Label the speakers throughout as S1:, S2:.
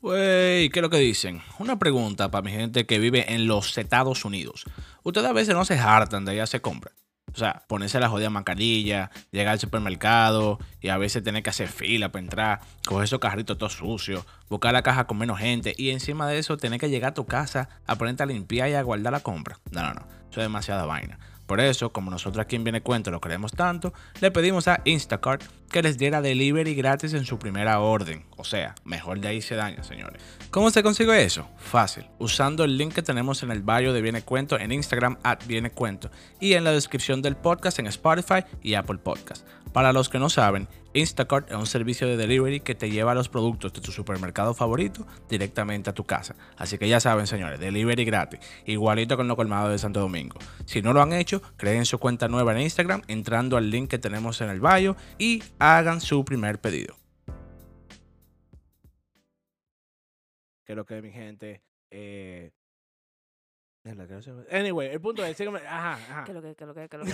S1: Wey, ¿qué es lo que dicen? Una pregunta para mi gente que vive en los Estados Unidos. Ustedes a veces no se hartan de ir a hacer compras. O sea, ponerse la jodida mascarilla, llegar al supermercado y a veces tener que hacer fila para entrar, coger esos carritos todos sucios, buscar la caja con menos gente y encima de eso tener que llegar a tu casa a ponerte a limpiar y a guardar la compra. No, no, no, eso es demasiada vaina. Por eso, como nosotros aquí en Viene Cuento lo queremos tanto, le pedimos a Instacart que les diera delivery gratis en su primera orden. O sea, mejor de ahí se daña, señores. ¿Cómo se consigue eso? Fácil, usando el link que tenemos en el bio de Viene Cuento en Instagram at Viene Cuento y en la descripción del podcast en Spotify y Apple Podcast. Para los que no saben, Instacart es un servicio de delivery que te lleva los productos de tu supermercado favorito directamente a tu casa. Así que ya saben, señores, delivery gratis, igualito con lo colmado de Santo Domingo. Si no lo han hecho, creen su cuenta nueva en Instagram entrando al link que tenemos en el bio y hagan su primer pedido. ¿Qué es lo que es, mi gente? Eh... mierda, que no se me- Anyway, el punto es... síganme- Ajá, ajá.
S2: Que lo que, que lo que, que lo que.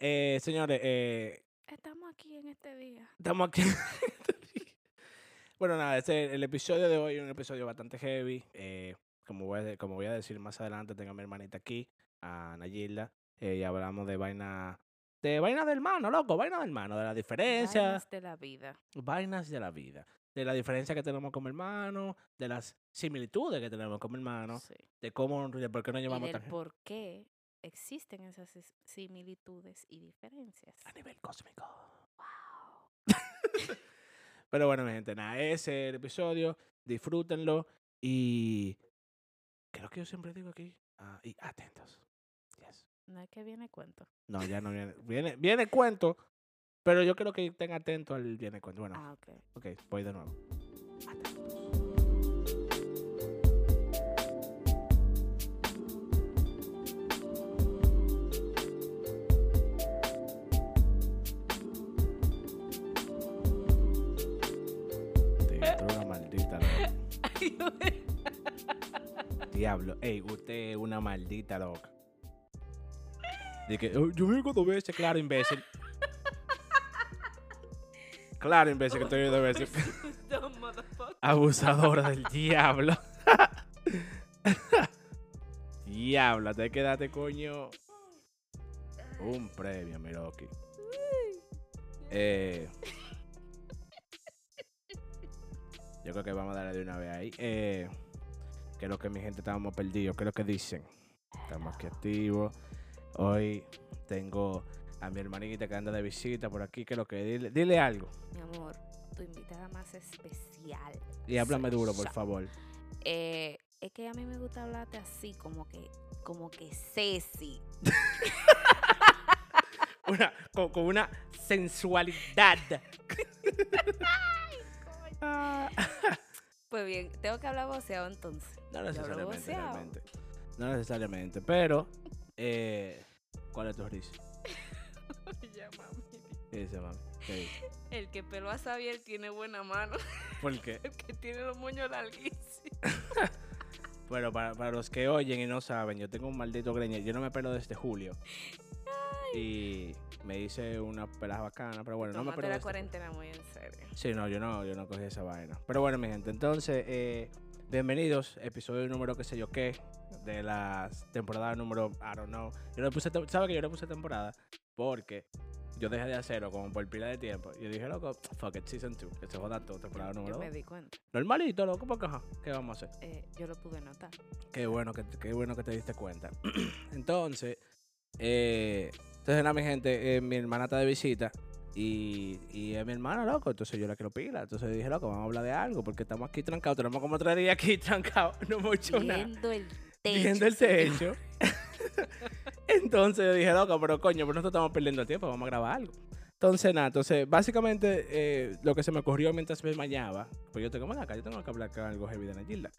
S1: Eh, señores, eh,
S2: Estamos aquí en este día.
S1: estamos aquí. bueno, nada, este, el episodio de hoy es un episodio bastante heavy. eh, como, voy a, de- como voy a decir más adelante, tengo a mi hermanita aquí, a Nayilda, eh, y hablamos de vaina... De vaina del hermano, loco, vaina del hermano, de la diferencia
S2: Vainas de la vida.
S1: vainas de la vida, de la diferencia que tenemos como hermanos, de las similitudes que tenemos como hermanos,
S2: Sí.
S1: de cómo, de por qué nos
S2: Y
S1: llevamos
S2: del
S1: tan
S2: por qué existen esas sis- similitudes y diferencias.
S1: a nivel cósmico. Pero bueno, mi gente, nada, ese es el episodio, disfrútenlo y creo que yo siempre digo aquí, ah, y atentos. Yes.
S2: No es que viene cuento.
S1: No, ya no viene, viene, viene cuento, pero yo creo que estén atentos al viene cuento. Bueno,
S2: Ah, ok.
S1: Ok, voy de nuevo. Te entró una maldita loca. Diablo, ey, usted es una maldita loca. De que, "Oh, yo vengo dos veces, claro, imbécil. Claro, imbécil, que estoy dos veces. Abusadora del diablo. Diabla, te quedaste, coño. Un premio, mi Loki. Eh, yo creo que vamos a darle de una vez ahí. Eh, que lo que mi gente estábamos perdidos, que lo que dicen. Estamos aquí activos. Hoy tengo a mi hermanita que anda de visita por aquí. Que lo que dile, dile algo
S2: Mi amor, tu invitada más especial.
S1: y háblame duro, por
S2: Sasha.
S1: favor.
S2: Eh, es que a mí me gusta hablarte así, como que, como que Ceci.
S1: una- con, con una sensualidad. Ah,
S2: Pues bien, tengo que hablar voceado entonces.
S1: no
S2: hablo
S1: necesariamente,
S2: voceado.
S1: realmente. No necesariamente, pero eh, ¿cuál es tu risa?
S2: Ya, mami.
S1: ¿Qué dice, mami? ¿Qué dice?
S2: El que peló a Xavier tiene buena mano.
S1: ¿Por qué?
S2: El que tiene los moños larguísimos.
S1: Bueno, para, para los que oyen y no saben, yo tengo un maldito greñe. Yo no me pelo desde julio. Y me hice una pelada bacana, pero bueno, no me este.
S2: Tómate
S1: pelo
S2: la
S1: desde julio.
S2: cuarentena muy en serio.
S1: Sí, no, yo no, yo no cogí esa vaina. Pero bueno, mi gente, entonces, eh, bienvenidos, episodio número qué sé yo qué, de la temporada número, I don't know. Yo le puse, tem- ¿sabes que yo le puse temporada? Porque yo dejé de hacerlo como por pila de tiempo. Y yo dije, loco, fuck it, season 2, que se joda todo, temporada
S2: Yo
S1: número
S2: me
S1: 2.
S2: di cuenta.
S1: Normalito, loco, porque ajá, ¿qué vamos a hacer?
S2: Eh, yo lo pude notar.
S1: Qué bueno que, qué bueno que te diste cuenta. entonces, eh, entonces, nada, mi gente, eh, mi hermana está de visita. Y, y es mi hermana, loco. Entonces yo la quiero pila. Entonces dije, loco, vamos a hablar de algo. Porque estamos aquí trancados. Tenemos como tres días aquí trancados. No hemos hecho nada.
S2: Viendo el techo.
S1: Viendo el
S2: señor.
S1: techo. entonces yo dije, loco, pero coño, pero nosotros estamos perdiendo el tiempo. Vamos a grabar algo. Entonces, nada, entonces, básicamente eh, lo que se me ocurrió mientras me bañaba, pues yo tengo bueno, acá, yo tengo que hablar con algo heavy de Ana Gilda.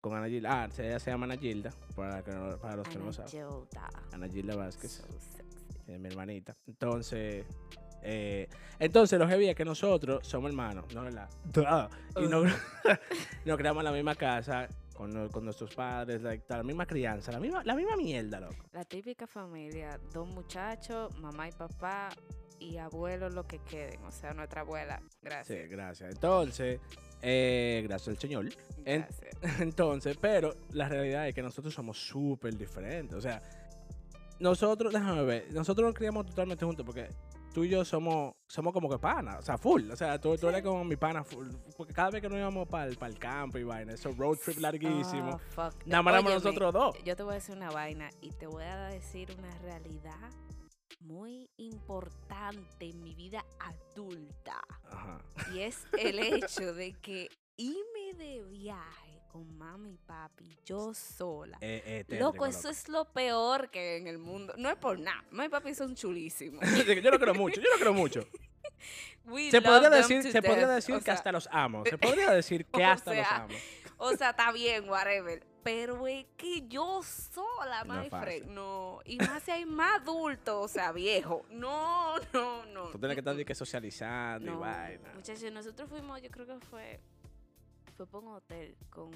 S1: Con Ana Gilda, ah, ella se llama Ana Gilda, para, que no- para los que no lo
S2: Ana
S1: saben.
S2: Yoda.
S1: Ana Gilda Vázquez
S2: So sexy.
S1: eh, mi hermanita. Entonces, eh, entonces lo heavy es que nosotros somos hermanos, ¿no? ¿Verdad? Ah, Y no, nos creamos en la misma casa con, no- con nuestros padres, like, la misma crianza, la misma, la misma mierda, loco.
S2: La típica familia, dos muchachos, mamá y papá y abuelos lo que queden, o sea, nuestra abuela,
S1: Sí,
S2: gracias.
S1: gracias. Entonces, Eh, gracias al Señor. En-
S2: Gracias.
S1: Entonces, pero la realidad es que nosotros somos súper diferentes. O sea, nosotros, déjame ver, nosotros nos criamos totalmente juntos porque tú y yo somos, somos como que panas, o sea, full. O sea, tú, tú eres como mi pana full. Porque cada vez que nos íbamos para el campo y vaina, esos road trip larguísimo.
S2: Oh, fuck.
S1: Nada más éramos
S2: Óyeme,
S1: nosotros dos.
S2: Yo te voy a decir una vaina y te voy a decir una realidad muy importante en mi vida adulta.
S1: Ajá.
S2: Y es el hecho de que irme de viaje con mami y papi, yo sola.
S1: Eh, eh, tétrico,
S2: Loco, eso es lo peor que hay en el mundo. No es por nada. Mami y papi son chulísimos.
S1: yo no creo mucho, yo no creo mucho.
S2: We
S1: Se
S2: love
S1: podría
S2: them
S1: decir,
S2: to
S1: se podría
S2: death.
S1: decir
S2: O
S1: que
S2: sea,
S1: hasta los amo. Se podría decir que
S2: o
S1: hasta los
S2: sea,
S1: amo.
S2: O sea, está bien, whatever. Pero es que yo sola,
S1: No
S2: my
S1: es fácil.
S2: friend, no. Y más si hay más adultos, o sea, viejo. No, no, no.
S1: Tú tienes que estar de
S2: Mm,
S1: que socializando y
S2: no.
S1: vaina.
S2: Muchachos, nosotros fuimos, yo creo que fue, fue por un hotel con,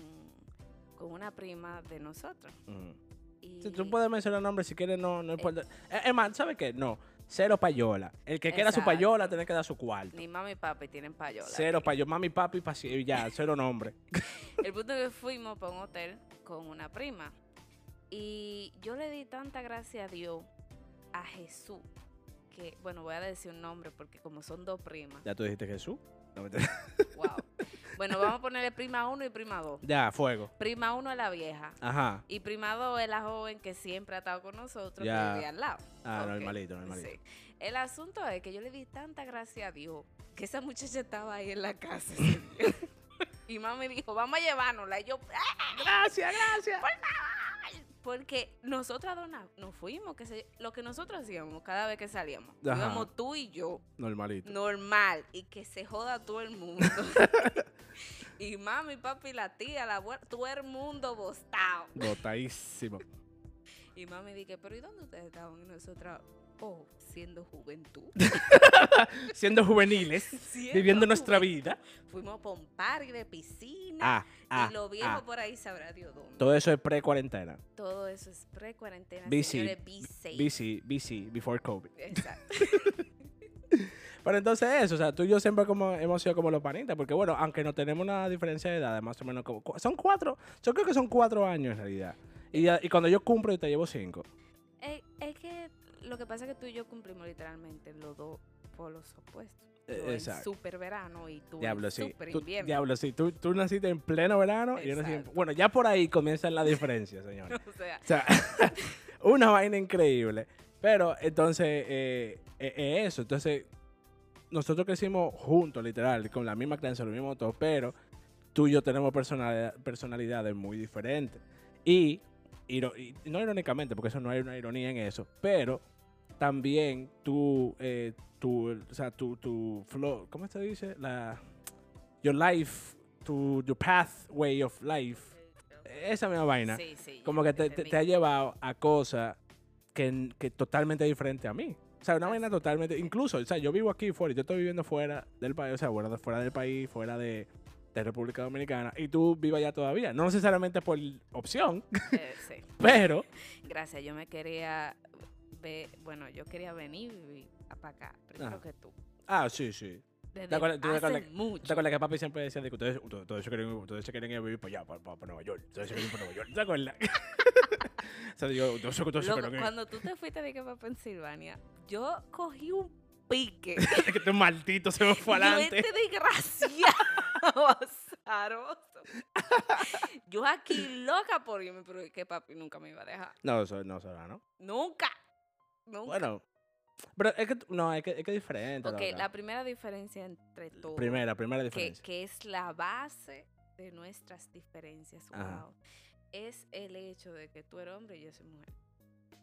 S2: con una prima de nosotros.
S1: Ujú.
S2: Y
S1: Sí, tú puedes mencionar nombres si quieres, no, no importa. Eh, Es más, ¿sabes qué? No, cero payola. El que quiera su
S2: Exacto.
S1: payola tiene que dar su cuarto.
S2: Ni mami y papi tienen payola.
S1: Cero
S2: aquí.
S1: payola. Mami, papi, paci- y ya, cero nombre.
S2: El punto es que fuimos para un hotel con una prima. Y yo le di tanta gracia a Dios, a Jesús, que, bueno, voy a decir un nombre porque como son dos primas,
S1: Ya tú dijiste Jesús. No, mentira.
S2: wow. Bueno, vamos a ponerle prima uno y prima dos.
S1: ya, fuego.
S2: Prima uno es la vieja.
S1: Ajá.
S2: Y prima dos es la joven que siempre ha estado con nosotros,
S1: Ya.
S2: que vivía al lado.
S1: Ah,
S2: Ok,
S1: normalito, normalito.
S2: sí. El asunto es que yo le di tanta gracia a Dios que esa muchacha estaba ahí en la casa. ese día. y mami dijo, vamos a llevárnosla. Y yo, "Ah",
S1: Gracias, gracias.
S2: Porque nosotras dos na- nos fuimos, que se, lo que nosotros hacíamos cada vez que salíamos.
S1: Ajá.
S2: Íbamos tú y yo,
S1: Normalito.
S2: normal, y que se joda todo el mundo. y mami, papi, la tía, la abuela, todo el mundo bostado.
S1: Botadísimo.
S2: Y mami dije, pero ¿y dónde ustedes estaban? Y nosotras, oh, siendo juventud.
S1: Siendo juveniles,
S2: Siendo
S1: viviendo nuestra
S2: juventud.
S1: vida.
S2: Fuimos por un parque de piscina.
S1: Ah, ah,
S2: y lo viejo
S1: ah.
S2: por ahí sabrá Dios dónde. Todo,
S1: Todo eso es pre-cuarentena.
S2: eso es pre-cuarentena.
S1: Be
S2: Señores,
S1: safe.
S2: be safe.
S1: BC, BC, before COVID.
S2: Exacto.
S1: Pero entonces eso, o sea, tú y yo siempre como hemos sido como los panitas, porque bueno, aunque no tenemos una diferencia de edad, más o menos como... cu- Son cuatro, yo creo que son cuatro años en realidad. Y, y cuando yo cumplo yo te llevo cinco.
S2: Es, Eh, es que lo que pasa es que tú y yo cumplimos literalmente los dos polos opuestos.
S1: Eh,
S2: Yo en
S1: exacto.
S2: super verano y tú
S1: Diablo,
S2: en
S1: sí.
S2: super
S1: Tú,
S2: invierno.
S1: diablo, sí. Tú, tú naciste en pleno verano y yo nací en-
S2: Exacto.
S1: Bueno, ya por ahí comienzan las diferencias, señores.
S2: O sea,
S1: O sea, una vaina increíble. Pero entonces, eh, eh, eh, eso. Entonces, nosotros crecimos juntos, literal, con la misma crianza, lo mismo todo, pero tú y yo tenemos personalidad- personalidades muy diferentes. Y, iro- y no irónicamente, porque eso no hay una ironía en eso, pero también tú, eh, tú, o sea, tu, tu flow, ¿cómo se dice? La, your life, tu, your pathway of life. Esa misma vaina
S2: sí, sí.
S1: como que te, te-
S2: entendí.
S1: te ha llevado a cosas que, que totalmente diferente a mí. O sea, una vaina totalmente. Incluso, o sea, yo vivo aquí fuera, yo estoy viviendo fuera del país, o sea, fuera, de- fuera del país, fuera de, de República Dominicana, y tú vivas allá todavía. No necesariamente por opción,
S2: Eh, sí.
S1: pero.
S2: Gracias, yo me quería ver, bueno, yo quería venir y vivir para acá, primero
S1: Ajá.
S2: que tú.
S1: Ah, sí, sí.
S2: Desde
S1: ¿Te acuerdas- tú te
S2: hace
S1: acuerdas- ¿Te
S2: mucho.
S1: acuerdas que papi siempre decía de que ustedes, ustedes, ustedes se quieren, ustedes se quieren ir a vivir para allá, para, para- para Nueva York? Ustedes se quieren ir para Nueva York. ¿Te acuerdas? o sea, yo, ustedes, ustedes se
S2: Loco,
S1: quieren ir.
S2: cuando tú te fuiste de que para Pensilvania, yo cogí un pique.
S1: Es que este maldito se me fue adelante.
S2: Yo este desgraciado, azaroso. Yo aquí loca por irme, pero es que papi nunca me iba a dejar.
S1: No, eso no será, ¿no?
S2: Nunca. Nunca.
S1: Bueno. Pero es que, tú- no, es que, es que es diferente.
S2: ok,
S1: loca.
S2: la primera diferencia entre todos,
S1: primera, primera
S2: que,
S1: diferencia.
S2: que es la base de nuestras diferencias,
S1: Ajá.
S2: wow, es el hecho de que tú eres hombre y yo soy mujer.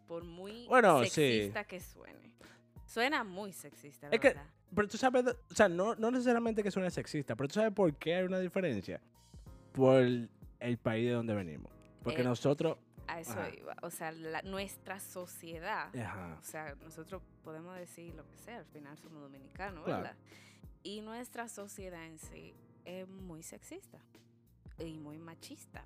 S2: Por muy
S1: Bueno, sí.
S2: sexista que suene. Suena muy sexista, la
S1: Es que-
S2: verdad.
S1: Pero tú sabes, o sea, no, no necesariamente que suene sexista, pero tú sabes por qué hay una diferencia. Por el país de donde venimos. Porque
S2: Eh.
S1: nosotros...
S2: A eso
S1: Ajá. Eh.
S2: iba. O sea, la- nuestra sociedad.
S1: Ajá.
S2: O sea, nosotros podemos decir lo que sea, al final somos dominicanos,
S1: Claro.
S2: ¿verdad? Y nuestra sociedad en sí es muy sexista y muy machista.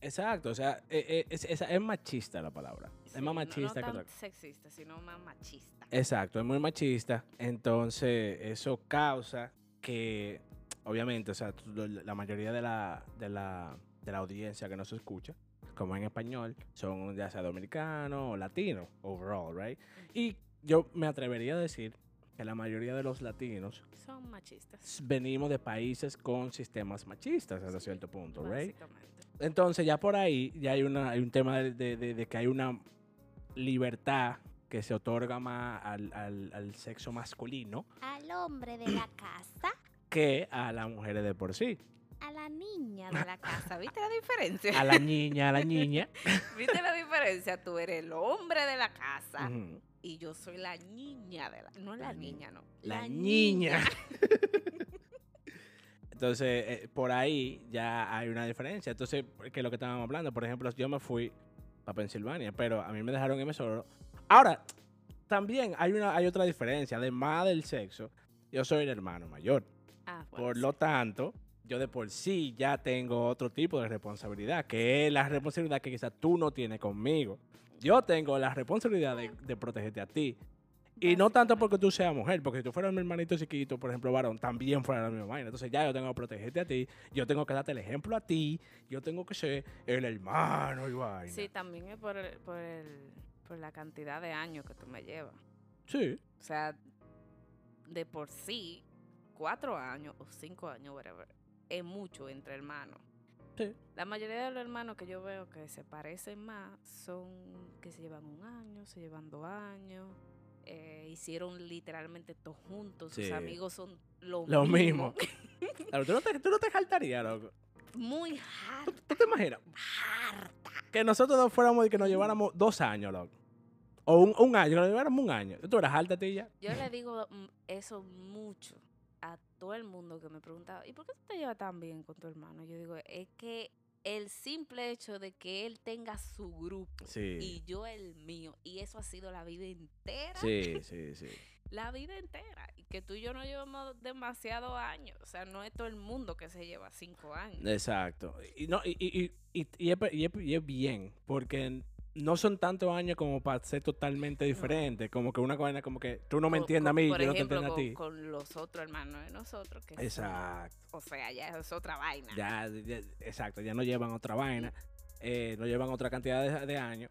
S1: Exacto, o sea, eh, eh, es, esa- es machista la palabra.
S2: Sí,
S1: es
S2: no-
S1: más machista
S2: no,
S1: que
S2: tan
S1: otra cosa.
S2: sexista, sino más machista.
S1: Exacto, es muy machista. Entonces, eso causa que obviamente, o sea, tú- la mayoría de la, de la, de la audiencia que nos escucha, como en español, son ya sea dominicanos o latinos, overall, right? Y yo me atrevería a decir que la mayoría de los latinos
S2: Son machistas.
S1: s- venimos de países con sistemas machistas hasta
S2: Sí,
S1: cierto punto, right?
S2: Básicamente.
S1: Entonces ya por ahí ya hay, una, hay un tema de, de- de- de que hay una libertad que se otorga más al, al- al sexo masculino
S3: al hombre de la casa,
S1: que a las mujeres de por sí.
S3: a la niña
S2: De la casa, ¿viste la diferencia?
S1: A la niña, a la niña.
S2: ¿Viste la diferencia? Tú eres el hombre de la casa
S1: Ujú.
S2: y yo soy la niña de la... No la
S1: La ni-
S2: niña, no.
S1: La niña. Entonces, eh, por ahí ya hay una diferencia. Entonces, que lo que estábamos hablando, por ejemplo, yo me fui para Pensilvania, pero a mí me dejaron irme solo. Ahora, también hay, una, hay otra diferencia. Además del sexo, yo soy el hermano mayor.
S2: Ah, bueno,
S1: Por
S2: sí.
S1: lo tanto, yo de por sí ya tengo otro tipo de responsabilidad, que es la responsabilidad que quizás tú no tienes conmigo. Yo tengo la responsabilidad de, de protegerte a ti. Y no tanto porque tú seas mujer, porque si tú fueras mi hermanito chiquito, por ejemplo, varón, también fuera la misma vaina. Entonces ya yo tengo que protegerte a ti, yo tengo que darte el ejemplo a ti, yo tengo que ser el hermano y vaina.
S2: Sí, también es por, el- por, el, por la cantidad de años que tú me llevas.
S1: Sí.
S2: O sea, de por sí, cuatro años o cinco años, whatever, es mucho entre hermanos.
S1: Sí.
S2: La mayoría de los hermanos que yo veo que se parecen más son que se llevan un año, se llevan dos años, eh, hicieron literalmente todo juntos, sus
S1: Sí.
S2: amigos son lo,
S1: Lo mismo.
S2: mismo.
S1: Claro, tú no te, tú no te jaltarías, loco.
S2: Muy hard.
S1: ¿Tú te imaginas? Que nosotros dos fuéramos y que nos lleváramos dos años, loco. O un, un año, que nos lleváramos un año. Tú eras alta, tía.
S2: Yo le digo mm, eso mucho a todo el mundo que me preguntaba, ¿y por qué tú te llevas tan bien con tu hermano? Yo digo, es que el simple hecho de que él tenga su grupo
S1: Sí.
S2: y yo el mío, y eso ha sido la vida entera,
S1: Sí, sí, sí.
S2: la vida entera, y que tú y yo no llevamos demasiados años, o sea, no es todo el mundo que se lleva cinco años.
S1: Exacto. Y, no, y, y, y, y- y es, pe- y es- y es bien, porque no son tantos años como para ser totalmente diferentes. Como que una vaina como que tú no me
S2: Co-
S1: entiendes a
S2: co-
S1: mí,
S2: por
S1: yo no te
S2: ejemplo,
S1: entiendo a
S2: con-
S1: ti.
S2: Con los otros hermanos de nosotros, que son-
S1: Exacto.
S2: o sea, ya es otra vaina.
S1: Ya, ya- exacto, ya no llevan otra vaina, eh, no llevan otra cantidad de, de años.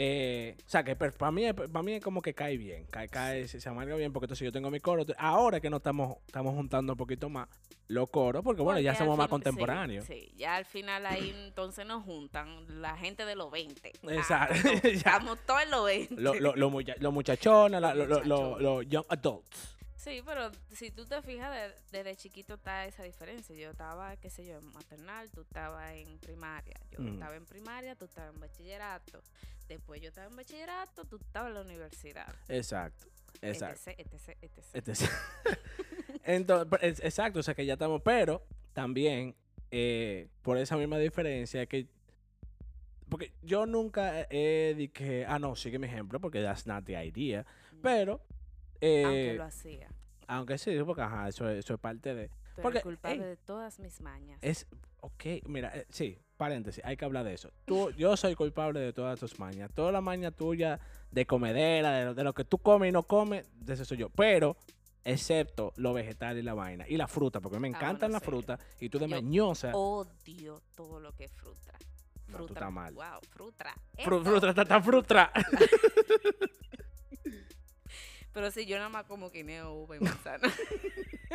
S1: Eh, o sea, que para mí, para mí es como que cae bien, cae, cae, se, se amarga bien, porque entonces yo tengo mi coro. tú- Ahora que nos estamos, estamos juntando un poquito más los coros, porque bueno, ya
S2: Porque al
S1: somos más
S2: fin- sí,
S1: contemporáneos.
S2: Sí, ya al final ahí entonces nos juntan la gente de los 20. Ah,
S1: Exacto,
S2: pues no,
S1: ya.
S2: Estamos todos en los 20.
S1: Los lo, lo mucha- los muchachones, la- lo- lo- lo-
S2: Muchachones.
S1: los young adults.
S2: Sí, pero si tú te fijas, de- desde chiquito está esa diferencia. Yo estaba, qué sé yo, en maternal, tú estabas en primaria. Yo
S1: Ujú.
S2: estaba en primaria, tú estabas en bachillerato. Después yo estaba en bachillerato, tú estabas en la universidad.
S1: Exacto, exacto.
S2: Etc, etc, etc.
S1: Este es- Entonces, pero es- exacto, o sea que ya estamos, pero también eh, por esa misma diferencia que... Porque yo nunca he dije, ah, no, sigue mi ejemplo, porque that's not the idea, pero... eh,
S2: Mm. Aunque lo hacía.
S1: aunque sí, porque ajá, eso, es- eso es parte de...
S2: Pero
S1: porque, eh.
S2: el
S1: ey.
S2: culpable de todas mis mañas.
S1: Es, ok, mira, eh, sí, paréntesis, hay que hablar de eso. Tú, yo soy culpable de todas tus mañas. Toda la maña tuya de comedera, de lo, de lo que tú comes y no comes, de eso soy yo. Pero, excepto los vegetales y la vaina. Y la fruta, porque me
S2: Ah,
S1: encantan
S2: bueno,
S1: las
S2: sí.
S1: frutas. Y tú de
S2: Yo
S1: mañosa.
S2: Odio todo lo que es fruta.
S1: No, tú
S2: Fruta.
S1: estás mal.
S2: Wow, fruta.
S1: Fru-
S2: Esto.
S1: fruta, está, está fruta.
S2: Pero sí, yo nada más como quineo, uva y manzana.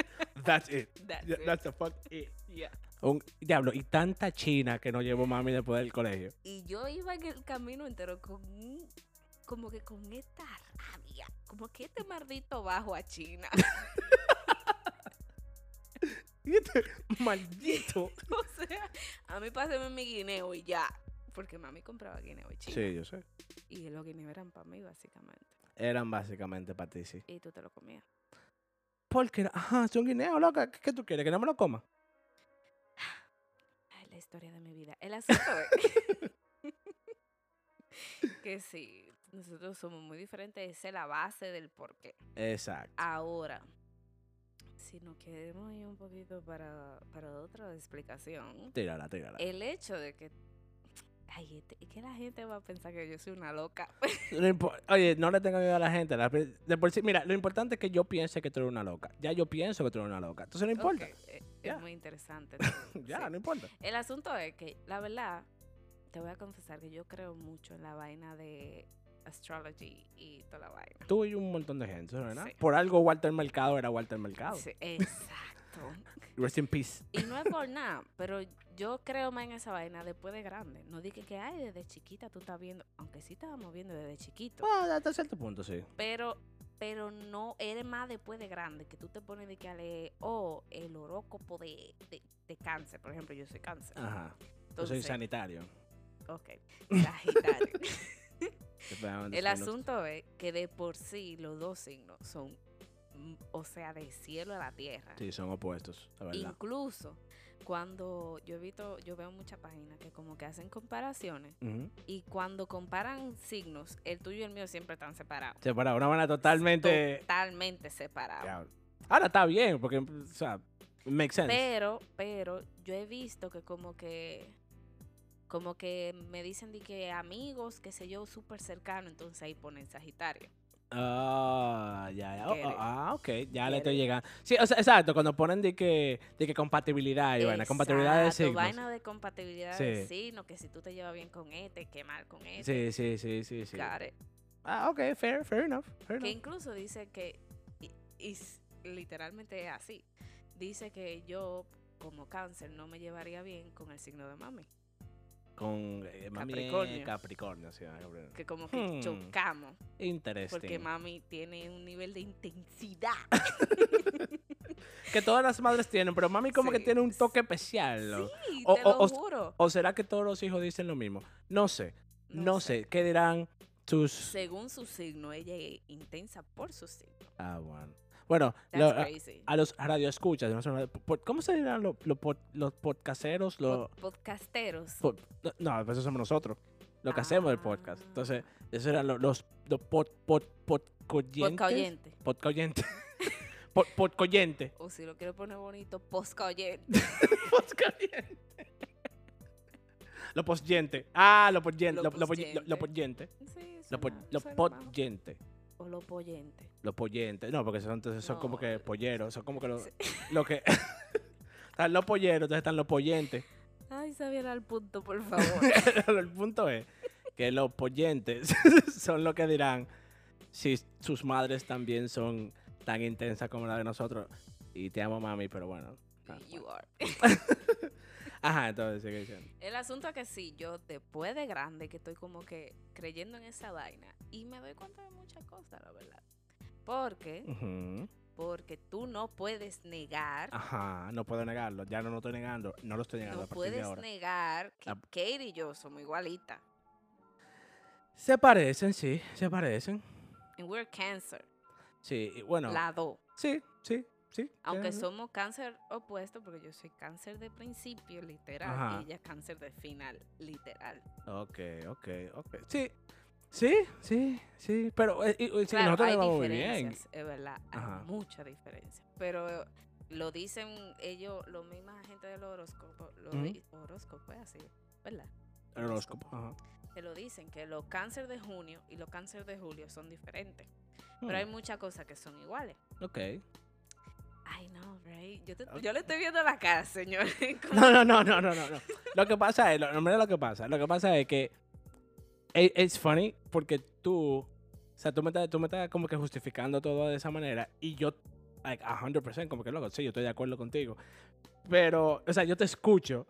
S1: That's it.
S2: That's
S1: Yeah,
S2: it.
S1: that's the fuck it.
S2: Yeah.
S1: Un, diablo, y tanta china que no llevo mami después del colegio.
S2: Y yo iba en el camino entero con un- como que con esta rabia, como que este maldito bajo a China.
S1: Maldito.
S2: o sea, a mí páseme mi guineo y ya. Porque mami compraba guineo y china.
S1: Sí, yo sé.
S2: Y los guineos eran para mí, básicamente.
S1: Eran básicamente para ti, sí.
S2: Y tú te lo comías.
S1: Porque, ajá, son guineos, loca. ¿Qué, qué tú quieres? ¿Que no me lo coma?
S2: Ay, la historia de mi vida. El asunto es que sí, nosotros somos muy diferentes. Esa es la base del porqué.
S1: Exacto.
S2: Ahora, si nos queremos ir un poquito para, para otra explicación,
S1: Tírala, tírala.
S2: el hecho de que Ay, este- es que la gente va a pensar que yo soy una loca.
S1: Lo impo- Oye, no le tenga miedo a la gente. la pe- de por sí, mira, lo importante es que yo piense que tú eres una loca. Ya yo pienso que tú eres una loca. Entonces no importa.
S2: Ok, eh,
S1: Ya.
S2: Es muy interesante.
S1: ya,
S2: sí.
S1: no importa.
S2: El asunto es que, la verdad, te voy a confesar que yo creo mucho en la vaina de astrology y toda la vaina.
S1: Tú y un montón de gente, ¿verdad?
S2: Sí.
S1: Por algo Walter Mercado era Walter Mercado.
S2: Sí, exacto.
S1: Rest in peace.
S2: Y no es por nada, pero yo creo más en esa vaina después de grande. No dije que, ay, desde chiquita tú estás viendo, aunque sí estábamos viendo desde chiquito,
S1: Bueno, Ah, hasta cierto punto, sí.
S2: pero pero no eres más después de grande, que tú te pones de que a leer, oh, el horóscopo de, de, de cáncer, por ejemplo, yo soy cáncer.
S1: Ajá. Yo soy sanitario.
S2: ok, Sagitario.
S1: Te pegaban de
S2: El
S1: signos.
S2: asunto es que de por sí los dos signos son, mm, o sea, del cielo a la tierra.
S1: Sí, son opuestos, la verdad.
S2: Incluso cuando yo he visto, yo veo muchas páginas que como que hacen comparaciones
S1: Ujú.
S2: y cuando comparan signos, el tuyo y el mío siempre están separados.
S1: Separado, una manera totalmente.
S2: Totalmente separados.
S1: Diablo. Ahora está bien, porque, o sea, makes sense.
S2: Pero, pero yo he visto que como que como que me dicen de que amigos, qué sé yo, súper cercano, entonces ahí ponen Sagitario.
S1: Ah, ya, ya. Oh,
S2: Get
S1: oh,
S2: it.
S1: ah, ok, ya le
S2: Get
S1: estoy
S2: it.
S1: llegando. Sí, o sea, exacto, cuando ponen de que, de que compatibilidad y vaina, compatibilidad de
S2: Exacto,
S1: signos.
S2: vaina de compatibilidad
S1: Sí.
S2: de signos, que si tú te llevas bien con este, que mal con este.
S1: Sí, sí, sí, sí, sí.
S2: got it.
S1: Ah, ok, fair, fair enough, fair
S2: Que
S1: enough.
S2: incluso dice que, y, y s- literalmente es así, dice que yo como cáncer no me llevaría bien con el signo de mami,
S1: Con eh, mami Capricornio.
S2: Capricornio.
S1: Capricornio, sí, ah, Capricornio.
S2: que como que
S1: Hmm.
S2: chocamos, porque
S1: Interesting.
S2: mami tiene un nivel de intensidad.
S1: Que todas las madres tienen, pero mami como que
S2: Sí,
S1: tiene un
S2: sí.
S1: toque especial. ¿no?
S2: Sí,
S1: O-
S2: te
S1: o-
S2: lo
S1: o-
S2: juro.
S1: ¿O será que todos los hijos dicen lo mismo? No sé, no, sé. ¿Qué dirán tus...
S2: Según su signo, ella es intensa por su signo.
S1: Ah, bueno. Bueno,
S2: That's
S1: lo- a-
S2: crazy.
S1: a los radioescuchas, no son radio- po- ¿cómo se dirán lo- lo pod- los podcasteros? Lo,
S2: Pod- podcasteros.
S1: po- no, no, pues eso somos nosotros. Lo que hacemos del podcast.
S2: Ah.
S1: Entonces, esos eran lo- los, los pod, pod, podcoyentes.
S2: Podcoyente.
S1: Podcoyentes. Pod- podcoyentes.
S2: O si lo quiero poner bonito, poscoyente.
S1: Podcoyentes. Lo posyente. Ah, lo posyente.
S2: Lo
S1: Lo, lo, poy- lo,
S2: posyente.
S1: lo posyente.
S2: Sí,
S1: Lo, po-
S2: suena-
S1: lo
S2: suena más.
S1: posyente.
S2: O lo pollente.
S1: Los pollentes. No, porque son, entonces son como
S2: No,
S1: que
S2: eh,
S1: polleros. Son como que los.
S2: sí.
S1: Lo que. están los polleros, entonces están los pollentes.
S2: Ay, Xavier, al punto, por favor.
S1: El punto es que los pollentes son lo que dirán si sus madres también son tan intensas como la de nosotros. Y te amo, mami, pero bueno. ah,
S2: you are.
S1: Ajá, entonces sigue diciendo.
S2: El asunto es que sí, yo después de grande que estoy como que creyendo en esa vaina y me doy cuenta de muchas cosas, la verdad. Porque,
S1: Ujú,
S2: porque tú no puedes negar,
S1: Ajá, no puedo negarlo. Ya no lo estoy negando. No lo estoy negando
S2: no
S1: a partir de
S2: puedes
S1: ahora.
S2: negar que
S1: La-
S2: Kate y yo somos igualitas.
S1: Se parecen, sí, se parecen.
S2: And we're cancer,
S1: Sí, y bueno.
S2: la dos.
S1: Sí, sí, sí.
S2: Aunque
S1: tienen-
S2: somos cáncer opuesto, porque yo soy cáncer de principio, literal,
S1: Ajá.
S2: y ella cáncer de final, literal.
S1: Ok, ok, ok. Sí, sí, sí, sí. Pero eh, y- y- sí,
S2: Claro,
S1: nosotros
S2: hay
S1: nos vamos muy bien.
S2: diferencias, es verdad,
S1: Ajá.
S2: hay mucha diferencia. Pero lo dicen ellos, los misma gente del horóscopo, lo
S1: Ujú.
S2: di- horóscopo es así, ¿verdad?
S1: El horóscopo. Ajá.
S2: Te lo dicen que los cáncer de junio y los cáncer de julio son diferentes, pero hay
S1: Hmm,
S2: muchas cosas que son iguales.
S1: Mm, Ok.
S2: Ay, no, right. Yo, te- yo le estoy viendo la cara, señor.
S1: No, no, no, no, no, no. no. Lo que pasa es, lo, mira lo que pasa. Lo que pasa es que e, es funny porque tú, o sea, tú me, estás, tú me estás como que justificando todo de esa manera y yo, like, 100%, como que loco, sí, yo estoy de acuerdo contigo. Pero, o sea, yo te escucho,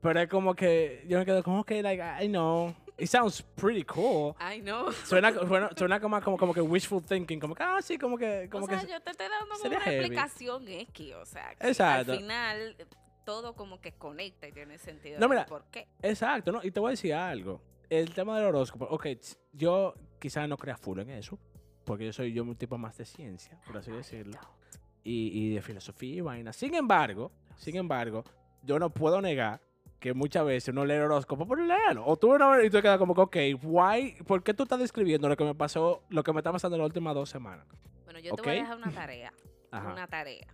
S1: pero es como que yo me quedo como que, like, I know, it sounds pretty cool.
S2: Ay, no.
S1: Suena, suena, suena como, como, como que wishful thinking, como que, ah, sí, como que... Como
S2: o sea,
S1: que
S2: yo te estoy dando como
S1: sería
S2: una
S1: heavy.
S2: explicación X, o sea, que
S1: Exacto.
S2: al final eh, todo como que conecta y tiene sentido.
S1: No,
S2: del
S1: mira,
S2: ¿Por qué?
S1: Exacto, ¿no? Y te voy a decir algo. El tema del horóscopo, ok, ts- yo quizás no crea full en eso, porque yo soy yo un tipo más de ciencia, por así
S2: Ay,
S1: decirlo,
S2: no.
S1: y, y de filosofía y vaina. Sin embargo, sin embargo, yo no puedo negar que muchas veces uno lee el horóscopo por leerlo. O tú no, y tú quedas como que, ok, why, ¿por qué tú estás describiendo lo que me pasó, lo que me está pasando en las últimas dos semanas?
S2: Bueno, yo te voy
S1: Ok.
S2: a dejar una tarea.
S1: Ajá.
S2: Una tarea.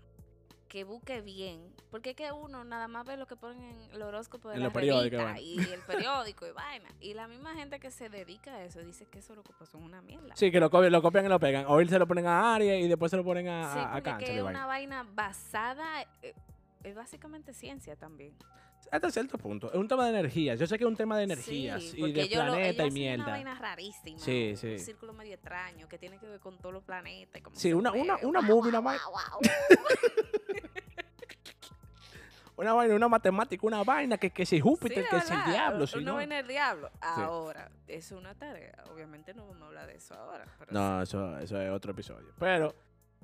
S2: que busque bien, porque es que uno nada más ve lo que ponen en el horóscopo de
S1: En
S2: la
S1: los periódicos,
S2: revista
S1: bueno.
S2: y el periódico y vaina. Y la misma gente que se dedica a eso dice que esos horóscopos son una mierda.
S1: Sí, que lo, copian- lo copian y lo pegan. O él se lo ponen a Aries y después se lo ponen a,
S2: Sí,
S1: a, a
S2: porque
S1: Cáncer.
S2: que
S1: y
S2: es
S1: vaina.
S2: una vaina basada, eh, es básicamente ciencia también.
S1: Hasta cierto punto. Es un tema de energías. Yo sé que es un tema de energías
S2: Sí,
S1: y
S2: porque
S1: de
S2: ellos lo-
S1: planeta y
S2: ellos hacen Una
S1: mierda.
S2: vaina rarísima.
S1: Sí,
S2: un-
S1: sí.
S2: Un círculo medio extraño que tiene que ver con todos los planetas. y cómo
S1: Sí,
S2: se
S1: una, una,
S2: mueven.
S1: una movie, una, vai- una vaina, una matemática, una vaina que, que si Júpiter,
S2: Sí,
S1: que
S2: de
S1: si el
S2: verdad,
S1: diablo, si
S2: Una
S1: no.
S2: vaina del diablo. Ahora, es una tarea. Obviamente no vamos a hablar de eso ahora. Pero sí,
S1: No, eso, eso es otro episodio. Pero,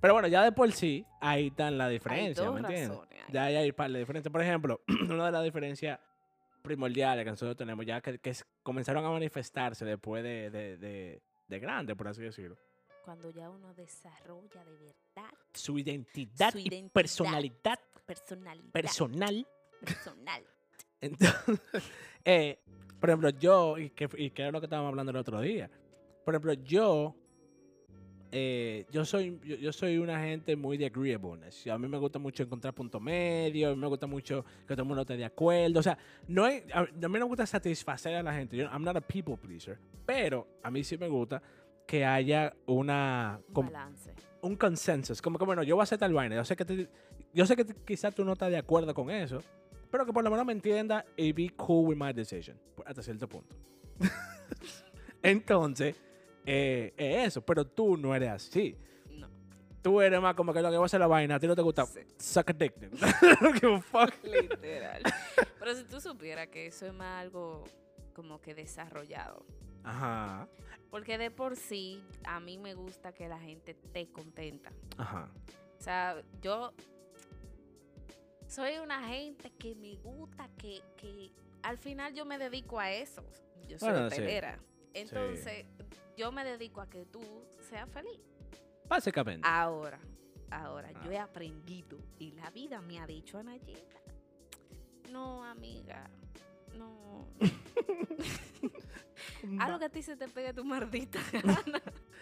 S1: pero bueno, ya de por sí, ahí están las
S2: hay
S1: diferencias,
S2: dos
S1: ¿me entiendes?
S2: razones. ahí.
S1: Ya ahí hay un par de diferencias. Por ejemplo, una de las diferencias primordiales que nosotros tenemos ya que, que s- comenzaron a manifestarse después de, de, de, de grande, por así decirlo.
S2: Cuando ya uno desarrolla de verdad
S1: Su identidad
S2: Su
S1: y
S2: identidad.
S1: personalidad
S2: personalidad.
S1: personal.
S2: personal.
S1: Entonces, eh, por ejemplo, yo, y que, y que era lo que estábamos hablando el otro día. Por ejemplo, yo, eh, yo soy yo, yo soy una gente muy de agreeableness. A mí me gusta mucho encontrar punto medio, a mí me gusta mucho que todo el mundo esté de acuerdo. O sea, no es- a, a mí no me gusta satisfacer a la gente. Yo, I'm not a people pleaser. Pero a mí sí me gusta que haya una,
S2: Un
S1: com-
S2: balance.
S1: un consensus. Como que, bueno, yo voy a hacer tal vaina. Yo sé que, te- yo sé que te- quizás tú no estás de acuerdo con eso, pero que por lo menos me entienda y be cool with my decision. Hasta cierto punto. Entonces, eh, es eso. Pero tú no eres así.
S2: No.
S1: Tú eres más como que lo que voy a hacer la vaina. A ti no te gusta.
S2: Sí.
S1: Suck a dick. nigga. Give a fuck.
S2: Literal. Pero si tú supieras que eso es más algo como que desarrollado.
S1: Ajá.
S2: Porque de por sí, a mí me gusta que la gente esté contenta.
S1: Ajá.
S2: O sea, yo soy una gente que me gusta, que, que al final yo me dedico a eso. Yo soy
S1: Bueno, sí.
S2: hotelera. Entonces, yo me dedico a que tú seas feliz.
S1: Básicamente.
S2: Ah, Ahora, ahora, yo
S1: Ah.
S2: he aprendido y la vida me ha dicho a Nayita, no, amiga, no. Haz lo que a ti se te pegue tu maldita gana.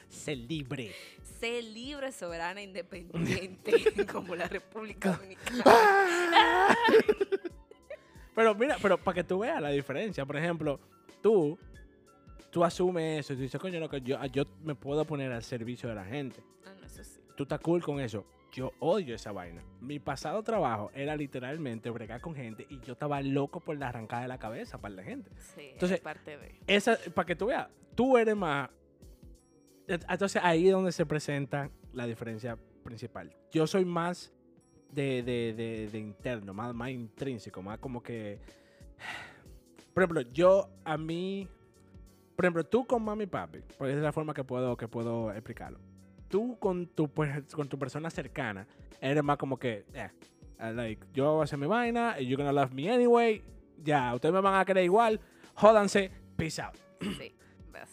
S1: Se libre.
S2: Sé libre, soberana, independiente, como la República Dominicana.
S1: ¡Ah! Pero mira, pero para que tú veas la diferencia, por ejemplo, tú, tú asumes eso y tú dices, coño, no, que yo, ah, yo me puedo poner al servicio de la gente.
S2: Ah, no, eso sí.
S1: Tú estás cool con eso. Yo odio esa vaina. Mi pasado trabajo era literalmente bregar con gente y yo estaba loco por la arrancada de la cabeza para la gente.
S2: Sí,
S1: Entonces-
S2: Entonces, parte de.
S1: Esa, para que tú veas, tú eres más... Entonces ahí es donde se presenta la diferencia principal. Yo soy más de, de- de- de interno, más, más intrínseco, más como que... Por ejemplo, yo a mí... Por ejemplo, tú con mami y papi, porque esa es la forma que puedo, que puedo explicarlo. Tú con tu, per- con tu persona cercana, eres más como que... eh, I like, yo voy a hacer mi vaina, you're gonna love me anyway, ya, ustedes me van a querer igual, jódanse, peace out.
S2: Sí.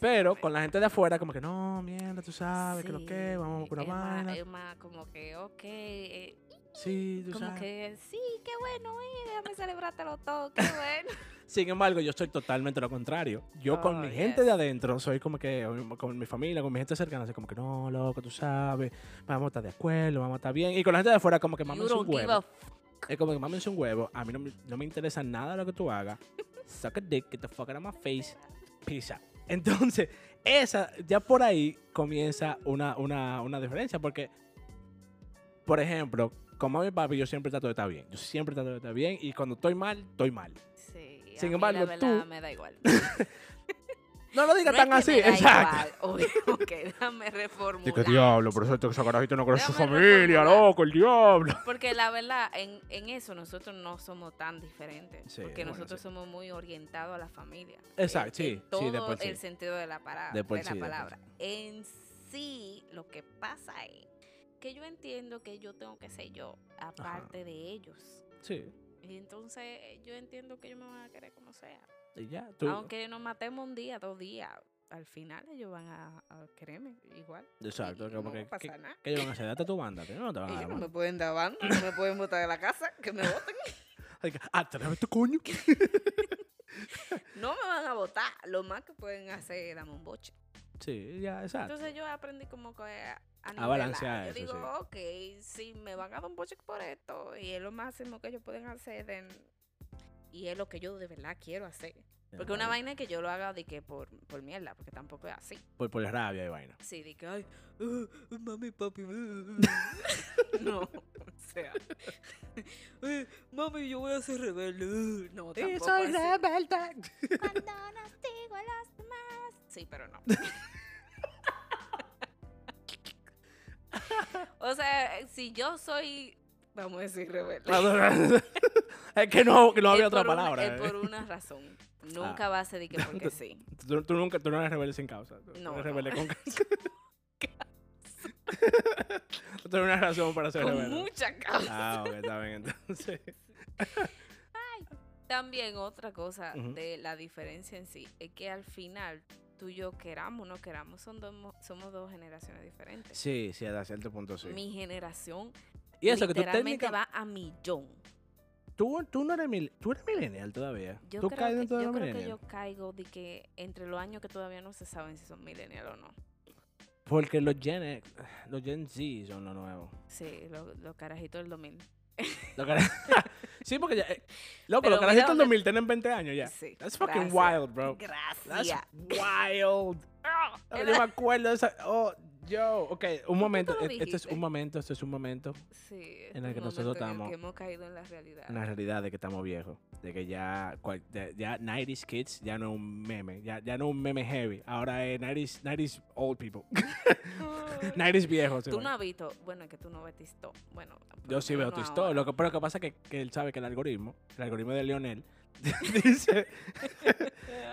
S1: Pero con
S2: básicamente.
S1: la gente de afuera, como que no, mierda, tú sabes, que lo
S2: Sí,
S1: que, vamos con una
S2: es más- eh,
S1: vaina.
S2: Es más como que, ok, eh,
S1: Sí, tú
S2: como
S1: sabes.
S2: que, sí, qué bueno, eh, déjame celebrártelo todo, qué bueno.
S1: Sin embargo, yo soy totalmente lo contrario. Yo con
S2: Oh,
S1: mi gente de
S2: yes.
S1: adentro, soy como que, con mi familia, con mi gente cercana, soy como que no, loco, tú sabes, vamos a estar de acuerdo, vamos a estar bien. Y con la gente de afuera, como que
S2: You
S1: mames
S2: don't
S1: un
S2: give a
S1: huevo.
S2: f-
S1: Es como que mames un huevo, a mí no, me- no me interesa nada lo que tú hagas. Suck a dick, get the fuck out of my face, peace out. Entonces, esa, ya por ahí comienza una, una, una diferencia, porque, por ejemplo, con mami y papi yo siempre trato de estar bien. Yo siempre trato de estar bien y cuando estoy mal, estoy mal.
S2: Sí, a
S1: Sin
S2: mí
S1: embargo,
S2: la verdad
S1: tú-
S2: me da igual.
S1: No lo digas
S2: No es
S1: tan
S2: que
S1: así,
S2: me da
S1: exacto.
S2: Igual. Oye, ok, déjame reformular.
S1: por eso esa carajito no
S2: conoce su Déjame familia, reformular.
S1: loco, el diablo.
S2: Porque la verdad, en, en eso nosotros no somos tan diferentes.
S1: Sí,
S2: porque
S1: bueno,
S2: nosotros
S1: sí.
S2: somos muy orientados a la familia.
S1: Exacto,
S2: En- en
S1: sí, sí, de
S2: este, todo
S1: por sí.
S2: el sentido de la, palabra
S1: De por
S2: de la
S1: sí, de por
S2: palabra. En sí, lo que pasa es que yo entiendo que yo tengo que ser yo, aparte de ellos.
S1: Sí,
S2: Y entonces yo entiendo que ellos me van a querer como sea.
S1: y ya, tú.
S2: Aunque nos matemos un día, dos días, al final ellos van a, a quererme igual.
S1: Exacto,
S2: Y
S1: como
S2: no
S1: que,
S2: va a
S1: ¿qué, Ah,
S2: pasar nada.
S1: qué ellos van a hacer? Date tu banda, que no te van a
S2: Ellos
S1: dar
S2: no
S1: banda.
S2: me pueden dar banda, no me pueden botar de la casa, que me voten.
S1: Ay, que, Ah, tráeme tu coño.
S2: No me van a votar. Lo más que pueden hacer es darme un boche.
S1: Sí, ya, exacto.
S2: Entonces yo aprendí como que a, a,
S1: A balancear
S2: nivelar. Yo
S1: eso,
S2: digo, ok, si me van a dar un budget por esto y es lo máximo que ellos pueden hacer then- y es lo que yo de verdad quiero hacer. Porque una vaina es que yo lo haga de que por, por mierda, porque tampoco es así.
S1: Por, por la rabia y vaina.
S2: Sí, de que, ay, uh, uh, mami, papi. uh, uh, uh". no, o sea. "Eh, mami, yo voy a ser rebelde. uh". No, tampoco así.
S3: Cuando nos digo a los demás.
S2: Sí, pero no. o sea, eh, si yo soy, vamos a decir, rebelde.
S1: es que no, que Ah, no había
S2: es
S1: otra
S2: por una-
S1: palabra.
S2: es
S1: eh. Ah.
S2: por una razón. Nunca va a ser de que porque sí.
S1: Tú, tú nunca, tú no eres rebelde sin causa. Tú
S2: No,
S1: eres
S2: no.
S1: rebelde con causa. Tú tienes una razón para ser
S2: Con
S1: rebelde.
S2: mucha causa.
S1: Ah, ok, está bien entonces.
S2: También otra cosa
S1: Ujú.
S2: de la diferencia en sí es que al final tú y yo queramos o no queramos son dos, mo- somos dos generaciones diferentes.
S1: Sí, sí, hasta cierto punto
S2: Mi generación
S1: Y eso, que tú
S2: literalmente
S1: técnica,
S2: va a millón.
S1: tú, tú no eres, mil, tú eres millennial todavía.
S2: Yo
S1: tú
S2: creo,
S1: caes
S2: que,
S1: dentro de
S2: yo
S1: los
S2: creo que
S1: millennials.
S2: yo caigo de que entre los años que todavía no se saben si son millennial o no.
S1: Porque los Gen, X- los Gen Z son lo nuevo.
S2: Sí, lo- los carajitos del 2000.
S1: Los cara- sí, porque ya. eh, loco,
S2: Pero
S1: los
S2: mira
S1: carajitos del
S2: dónde-
S1: 2000 tienen 20 años ya.
S2: Sí,
S1: That's fucking
S2: gracias.
S1: wild, bro. That's
S2: Gracias.
S1: wild.
S2: Ah,
S1: Ah, Yo me acuerdo de esa. Oh, yo. Ok, un momento.
S2: lo
S1: e- Este es
S2: dijiste?
S1: un momento, este es un momento.
S2: Sí,
S1: En
S2: este
S1: el que
S2: momento
S1: nosotros estamos.
S2: que hemos caído en la realidad.
S1: En la realidad de que estamos viejos. De que ya. cual- de- ya 90s kids ya no es un meme. Ya, ya no es un meme heavy. Ahora es 90s, 90s old people. 90s viejos.
S2: Tú
S1: igual.
S2: no has visto, bueno, es que tú no ves Tistó. Bueno, por
S1: Yo
S2: lo
S1: sí
S2: menos
S1: veo
S2: no
S1: tu historia.
S2: ahora.
S1: Lo que, pero lo que pasa es que, que él sabe que el algoritmo, el algoritmo de Lionel, dice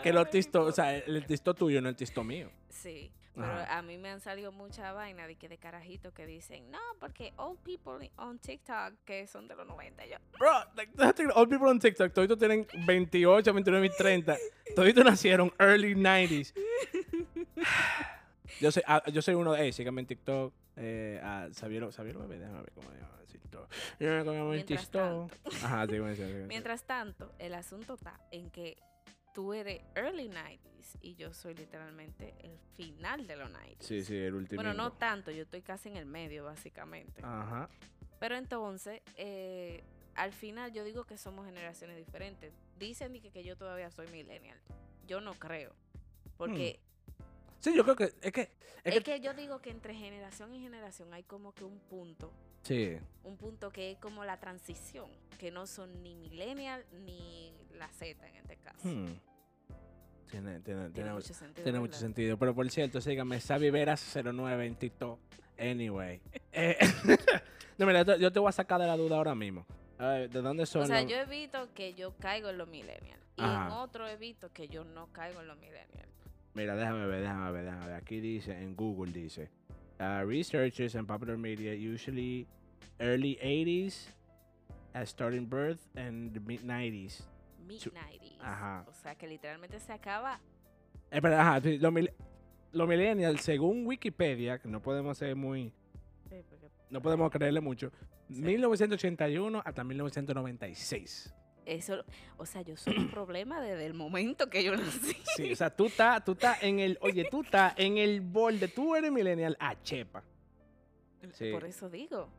S1: que los
S2: Ay,
S1: tisto, o sea, el, el tisto tuyo no es el tisto mío.
S2: Sí, pero
S1: Ajá.
S2: a mí me han salido mucha vaina de que de carajito que dicen, no, porque old people on TikTok que son de los 90. Yo,
S1: Bro, like, that's the- all people on TikTok, toditos tienen 28, 29 y 30. Toditos nacieron early 90s. Yo soy, ah, yo soy uno de ellos, síganme en TikTok. Eh, a Xavier, Xavier Bebé, déjame ver cómo se llama. Tisto. Yo me como en
S2: Mientras
S1: Tisto. Ajá, sí, bueno, sí, sí, sí.
S2: mientras tanto, el asunto está en que tú eres early 90s y yo soy literalmente el final de los 90s.
S1: Sí, sí, Ah. el último.
S2: Bueno, no tanto, yo estoy casi en el medio, básicamente.
S1: Ajá.
S2: Pero entonces, eh, al final yo digo que somos generaciones diferentes. Dicen de que, que yo todavía soy millennial. Yo no creo. Porque
S1: Sí, yo creo que es que.
S2: es,
S1: Hmm. Es que,
S2: que, yo digo que entre generación y generación hay como que un punto.
S1: sí.
S2: Un punto que es como la transición, que no son ni millennial ni la Z en este caso.
S1: Hmm. Tiene, tiene,
S2: Tiene
S1: tiene-
S2: mucho sentido.
S1: tiene mucho
S2: ¿verdad?
S1: sentido. Pero por cierto, síganme, Sabi Veras 09 en TikTok. Anyway. Eh, no, mira, yo- yo te voy a sacar de la duda ahora mismo. A ver, ¿de dónde son?
S2: O sea,
S1: los-
S2: yo evito que yo caigo en los millennial. Y en
S1: Ajá.
S2: otro evito que yo no caigo en los millennial.
S1: Mira, déjame ver, déjame ver, déjame ver. Aquí dice, en Google dice, uh, researchers and popular media usually early 80s as starting birth and the mid 90s.
S2: Midnighties.
S1: Ajá.
S2: O sea, que literalmente se acaba
S1: Eh, pero, ajá, sí, los mil- los millennials, según Wikipedia, que no podemos ser muy
S2: Sí, eh, porque-
S1: no podemos creerle mucho.
S2: Sí.
S1: 1981 hasta 1996.
S2: Eso, o sea, yo soy un problema desde el momento que yo nací.
S1: Sí, o sea, tú estás tú estás en el, oye, tú estás en el borde, tú eres millennial a chepa. Sí.
S2: Por eso digo.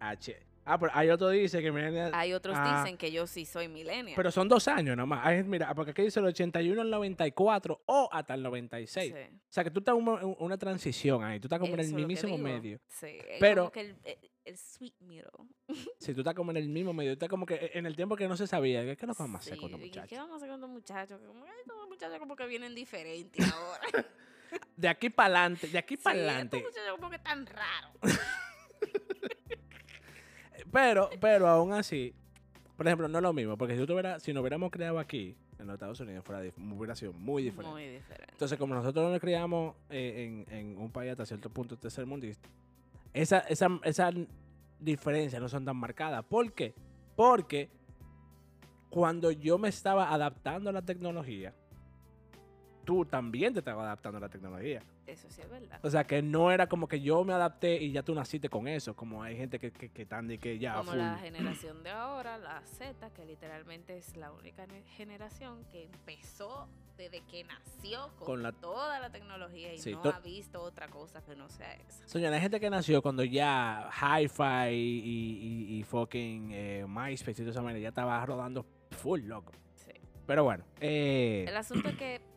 S1: A che- Ah, pero hay otro dice que millennial,
S2: Hay otros
S1: Ah.
S2: dicen que yo sí soy millennial.
S1: pero son dos años nomás. Hay- mira, ah, porque aquí dice el 81 al 94 o hasta el 96.
S2: Sí.
S1: O sea, que tú estás en una, en una transición ahí, tú estás como en
S2: Eso es
S1: el
S2: lo que
S1: mismísimo
S2: digo.
S1: medio.
S2: Sí, es
S1: Pero-
S2: como que el, el- el sweet middle.
S1: Sí, tú estás como en el mismo medio, tú estás como que en el tiempo que no se sabía, ¿qué es lo que vamos a hacer
S2: Sí,
S1: con los
S2: y que, ¿Qué
S1: muchachos?
S2: vamos a hacer con los muchachos? Como, ay, estos muchachos como que vienen diferentes ahora.
S1: De aquí para adelante, de aquí para
S2: Sí,
S1: adelante.
S2: estos muchachos como que tan raros.
S1: Pero, pero aún así, por ejemplo, no es lo mismo, porque si, tú hubiera- si nos hubiéramos creado aquí, en los Estados Unidos, fuera dif- hubiera sido muy diferente.
S2: Muy diferentes.
S1: Entonces, como nosotros nos criamos eh, en, en un país hasta cierto punto tercermundista, esa, esa, esas diferencias no son tan marcadas. ¿Por qué? Porque cuando yo me estaba adaptando a la tecnología, tú también te estás adaptando a la tecnología.
S2: Eso sí es verdad.
S1: O sea, que no era como que yo me adapté y ya tú naciste con eso, como hay gente que, que, que tan de que ya...
S2: Como
S1: full.
S2: la generación de ahora, la Z, que literalmente es la única ne- generación que empezó desde que nació con,
S1: Con la-
S2: toda la tecnología y
S1: Sí,
S2: no
S1: to-
S2: ha visto otra cosa que no sea esa.
S1: Señora, hay gente que nació cuando ya Hi-Fi y, y- y fucking eh, MySpace y toda esa manera ya estaba rodando full loco.
S2: Sí.
S1: Pero bueno, eh,
S2: El asunto es que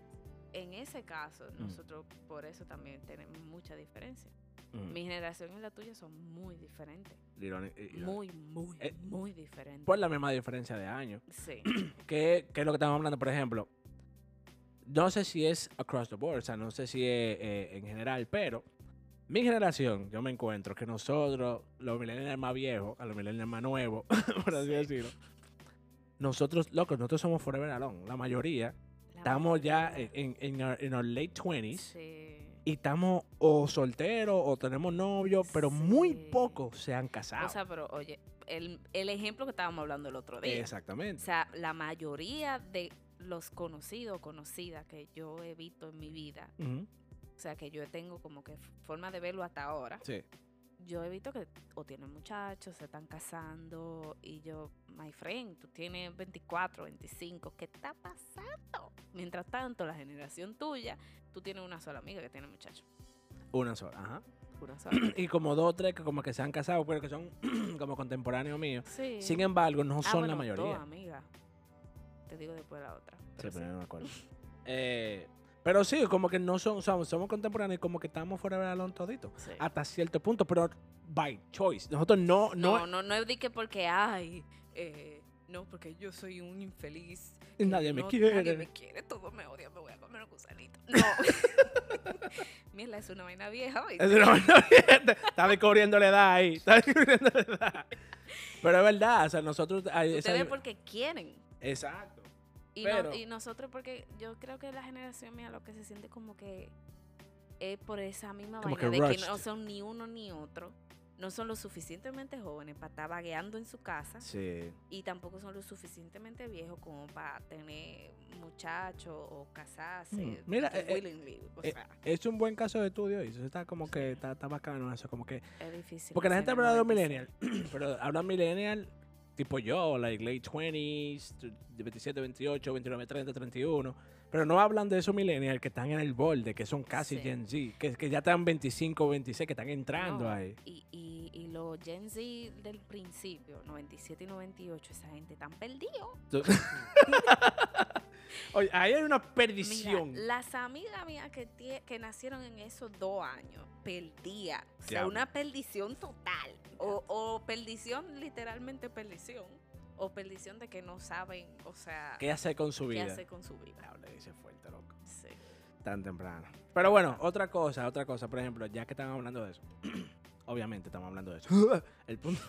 S2: en ese caso,
S1: Mm.
S2: nosotros por eso también tenemos mucha diferencia.
S1: mm,
S2: Mi generación y la tuya son muy diferentes.
S1: ironi- ironi-
S2: Muy, muy,
S1: Eh,
S2: muy diferentes.
S1: por la misma diferencia de años.
S2: Sí,
S1: ¿Qué, qué es lo que estamos hablando, por ejemplo? No sé si es across the board, o sea, no sé si es eh, en general, pero mi generación, yo me encuentro que nosotros, los millennials más viejos, a los millennials más nuevos, por así
S2: Sí.
S1: decirlo, nosotros, locos, nosotros somos forever alone, la mayoría.
S2: la
S1: Estamos ya e,
S2: mayoría.
S1: en, en, our, en our late 20s
S2: Sí.
S1: y estamos o solteros o tenemos novio, pero muy
S2: Sí.
S1: pocos se han casado.
S2: O sea, pero oye, el, el ejemplo que estábamos hablando el otro día. O
S1: Exactamente.
S2: sea, la mayoría de los conocidos o conocidas que yo he visto en mi vida,
S1: Ujú,
S2: o sea, que yo tengo como que f- forma de verlo hasta ahora,
S1: Sí.
S2: yo he visto que o tienen muchachos, se están casando y yo, my friend, tú tienes 24, 25, ¿qué está pasando? Mientras tanto, la generación tuya, tú tienes una sola amiga que tiene muchachos,
S1: Una sola. Ajá.
S2: una sola.
S1: y como dos o tres que como que se han casado, pero que son como contemporáneos míos.
S2: Sí.
S1: Sin embargo, no
S2: Ah,
S1: son la
S2: bueno, dos
S1: mayoría.
S2: amigas. Te digo después la otra.
S1: Sí,
S2: pero sí.
S1: pero no me acuerdo. Eh, pero sí, como que no son, somos, somos contemporáneos y como que estamos forever alone todito.
S2: Sí.
S1: Hasta cierto punto, pero by choice. Nosotros no, no, eh.
S2: No, no, no es de que porque hay. eh, no, porque yo soy un infeliz. que
S1: nadie me
S2: no-
S1: quiere.
S2: Nadie me quiere, todo me odia, me voy a comer un gusanito. No. Mierda, es una vaina vieja. ¿oíste?
S1: Es una vaina bien. Está descubriendo la edad ahí. Está descubriendo la edad. Pero es verdad, o sea, nosotros. hay esa-
S2: Ustedes porque quieren.
S1: Exacto.
S2: Y, no-
S1: Pero-
S2: y nosotros porque yo creo que la generación mía lo que se siente como que es por esa misma
S1: Como que
S2: vaina de que
S1: rushed.
S2: no son ni uno ni otro. No son lo suficientemente jóvenes para estar vagueando en su casa.
S1: Sí.
S2: y tampoco son lo suficientemente viejos como para tener muchachos o casarse.
S1: Mm, mira,
S2: de-
S1: eh, eh,
S2: willingly, o
S1: eh,
S2: sea,
S1: Es un buen caso de estudio y eso está como que está, está bacano eso, como que.
S2: es difícil.
S1: Porque la gente
S2: hacer en
S1: habla de los
S2: 95.
S1: millennials, pero hablan millennial tipo yo, like late 20s, t- de 27, 28, 29, 30, 31. Pero no hablan de esos millennials que están en el borde, que son casi
S2: Sí.
S1: Gen Z, que, que ya están 25, 26, que están entrando
S2: No,
S1: ahí.
S2: Y, y, y los Gen Z del principio, 97 y 98, esa gente tan perdida.
S1: Oye, ahí hay una
S2: Mira,
S1: perdición.
S2: las amigas mías que, tie- que nacieron en esos dos años, perdía. O sea,
S1: Diablo.
S2: una perdición total. O, o perdición, literalmente perdición. O perdición de que no saben, o sea,
S1: ¿Qué hacer con su
S2: qué
S1: vida?
S2: hacer con su vida.
S1: Diablo, dice fuerte, loco.
S2: Sí.
S1: Tan temprano. Pero bueno, otra cosa, otra cosa. Por ejemplo, ya que están hablando de eso. Obviamente estamos hablando de eso. El punto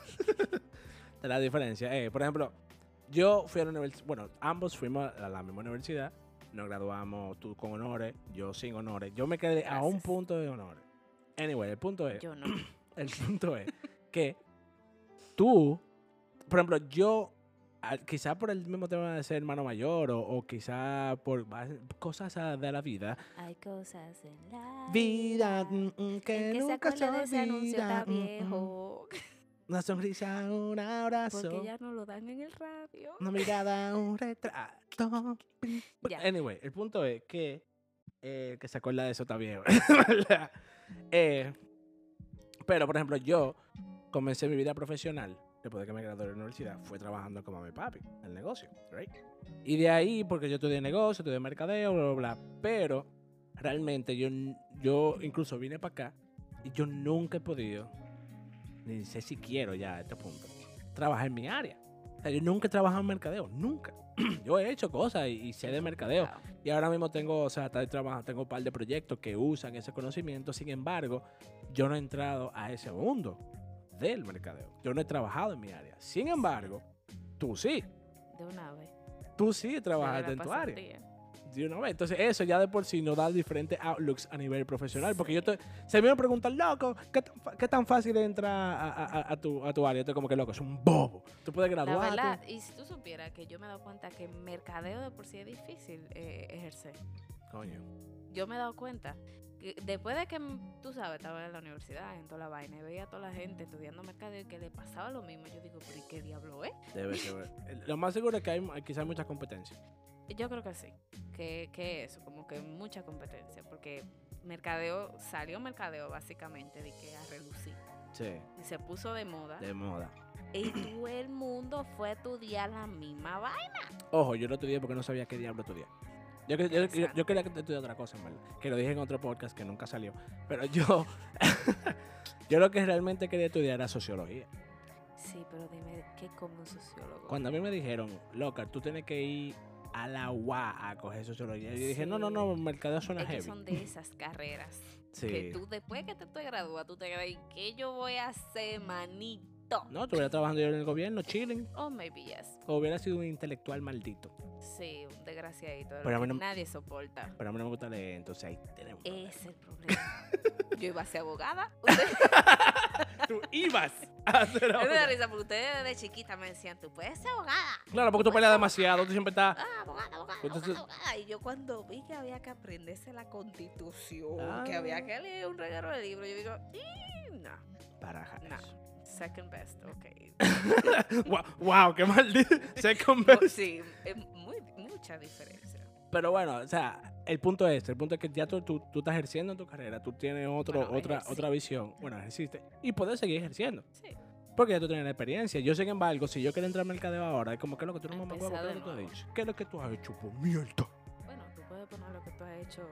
S1: de la diferencia. eh, por ejemplo, yo fui a la universidad. Bueno, ambos fuimos a la misma universidad. Nos graduamos tú con honores, yo sin honores. Yo me quedé a un
S2: Gracias.
S1: punto de honores. Anyway, el punto es.
S2: Yo no.
S1: El punto es que tú, por ejemplo, yo, al- quizá por el mismo tema de ser hermano mayor o, o quizá por va- cosas ah, de la vida,
S2: Hay cosas en la
S1: vida mm, mm, que,
S2: El que
S1: nunca
S2: se
S1: se,
S2: acuerde de ese anuncio
S1: olvida.
S2: está
S1: mm, mm.
S2: viejo.
S1: Una sonrisa, un
S2: Porque
S1: abrazo,
S2: ya no lo dan en el radio.
S1: una mirada, un retrato.
S2: Ya.
S1: Anyway, el punto es que eh, el que se acuerda de eso está viejo. ¿verdad? Eh, pero, por ejemplo, yo comencé mi vida profesional después de que me gradué de la universidad. Fue trabajando como mi papi en el negocio, right? Y de ahí, porque yo estudié negocio, estudié mercadeo, bla, bla, bla. Pero realmente yo, n- yo incluso vine para acá y yo nunca he podido, ni sé si quiero ya a este punto, trabajar en mi área. O sea, yo nunca he trabajado en mercadeo, nunca. Yo he hecho cosas y- y sé de mercadeo.
S2: Wow.
S1: Y ahora mismo tengo, o sea, estoy trabajando, tengo un par de proyectos que usan ese conocimiento. Sin embargo, yo no he entrado a ese mundo del mercadeo. Yo no he trabajado en mi área. Sin embargo, tú sí.
S2: De una vez.
S1: Tú sí
S2: Luego
S1: trabajaste
S2: la
S1: en tu área.
S2: pasantía.
S1: De una vez. Entonces, eso ya de por sí nos da diferentes outlooks a nivel profesional. Porque yo te, se me preguntan, loco, ¿qué tan, fa- qué tan fácil es entrar a, a- a- a tu, a tu área? Yo estoy como que, loco, es un bobo. Tú puedes
S2: La
S1: graduarte.
S2: verdad, y si tú supieras que yo me he dado cuenta que mercadeo de por sí es difícil eh, ejercer.
S1: Coño.
S2: yo me he dado cuenta que después de que, mm, tú sabes, estaba en la universidad, en toda la vaina, y veía a toda la gente estudiando mercadeo y que le pasaba lo mismo, yo digo, pero ¿y qué diablo es?
S1: Debe ser. Eh, Lo más seguro es que hay quizás hay mucha competencia.
S2: Yo creo que sí, que, que eso, como que mucha competencia, porque mercadeo, salió mercadeo básicamente de que a relucir,
S1: Sí,
S2: y se puso de moda,
S1: moda.
S2: y todo el mundo fue a estudiar la misma vaina.
S1: Ojo, yo lo estudié porque no sabía qué diablo estudiar. Yo, que- yo, yo,
S2: Exacto.
S1: yo quería que estudiar otra cosa, en verdad. Que lo dije en otro podcast que nunca salió. Pero yo. yo lo que realmente quería estudiar era sociología.
S2: Sí, pero dime, ¿qué como un sociólogo?
S1: Cuando a mí me dijeron, loca, tú tienes que ir a la UA a coger sociología. Yo dije, no, no, no, mercadeo suena
S2: es que
S1: heavy.
S2: son de esas carreras
S1: Sí.
S2: que tú después que te, te gradúas, tú te crees ¿qué yo voy a hacer, manito?
S1: No, estuviera trabajando yo en el gobierno, chilling.
S2: Oh, maybe yes.
S1: O hubiera sido un intelectual maldito.
S2: Sí, un desgraciadito. de lo
S1: Pero a mí
S2: que
S1: no-
S2: Nadie soporta.
S1: Pero a mí no me gusta leer, entonces ahí tenemos.
S2: Ese Es el problema. Yo iba a ser abogada. Ustedes-
S1: Tú ibas a hacer
S2: me da risa porque ustedes desde chiquita me decían, tú puedes ser abogada.
S1: Claro, porque tú peleas demasiado, tú siempre estás.
S2: Ah, abogada, abogada,
S1: Entonces-
S2: abogada, abogada. Y yo cuando vi que había que aprenderse la constitución, que
S1: Ah.
S2: había que leer un regalo de libro, yo digo, "Ih, no,
S1: Baraja.
S2: no. Second best, ok.
S1: wow, wow, qué maldito. Second
S2: Bu-
S1: best.
S2: Sí, es muy, mucha diferencia.
S1: Pero bueno, o sea, el punto es este, el punto es que ya tú, tú, tú estás ejerciendo tu carrera, tú tienes otro,
S2: Bueno,
S1: otra,
S2: ejercí.
S1: otra visión, bueno, ejerciste, y puedes seguir ejerciendo,
S2: Sí.
S1: porque ya tú tienes la experiencia. Yo, sin embargo, si yo quiero entrar al mercadeo ahora, es como que lo que tú no me acuerdo,
S2: Empezar
S1: ¿qué es lo
S2: de
S1: que tú has
S2: nuevo.
S1: dicho? ¿Qué es lo que tú has hecho, por mierda?
S2: Bueno, tú puedes poner lo que tú has hecho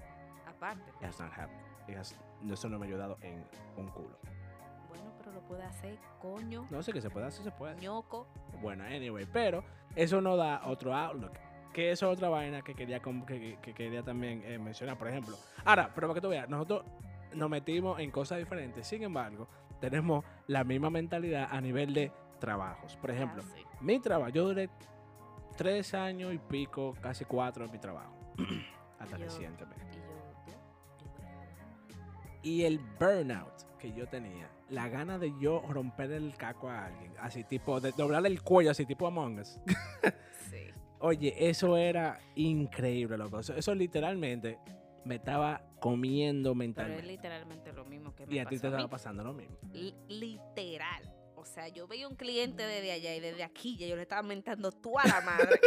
S2: eh, aparte.
S1: It has not happened. It has- no, eso no me ha ayudado en un culo.
S2: Bueno, pero lo puedes hacer coño,
S1: No sé qué se puede hacer, se puede.
S2: ñoco.
S1: Bueno, anyway, pero eso nos da otro outlook. Que eso es otra vaina que quería, com- que, que- que quería también eh, mencionar, por ejemplo. Ahora, pero para que tú veas, nosotros nos metimos en cosas diferentes. Sin embargo, tenemos la misma mentalidad a nivel de trabajos. Por ejemplo,
S2: Ah, sí.
S1: mi trabajo, yo duré tres años y pico, casi cuatro en mi trabajo. Hasta
S2: Yo-
S1: recientemente.
S2: Y yo, yo, yo voy a-
S1: Y el burnout que yo tenía, la gana de yo romper el caco a alguien, así tipo, de doblarle el cuello, así tipo Among Us.
S2: Sí.
S1: Oye, eso era increíble, loco. Eso, eso literalmente me estaba comiendo
S2: Pero es
S1: mentalmente.
S2: literalmente lo mismo que me
S1: Y a ti te
S2: pasó
S1: estaba
S2: mí.
S1: pasando lo mismo.
S2: Li- Literal. O sea, yo veía un cliente desde allá y desde aquí, ya yo le estaba mentando tú a la madre,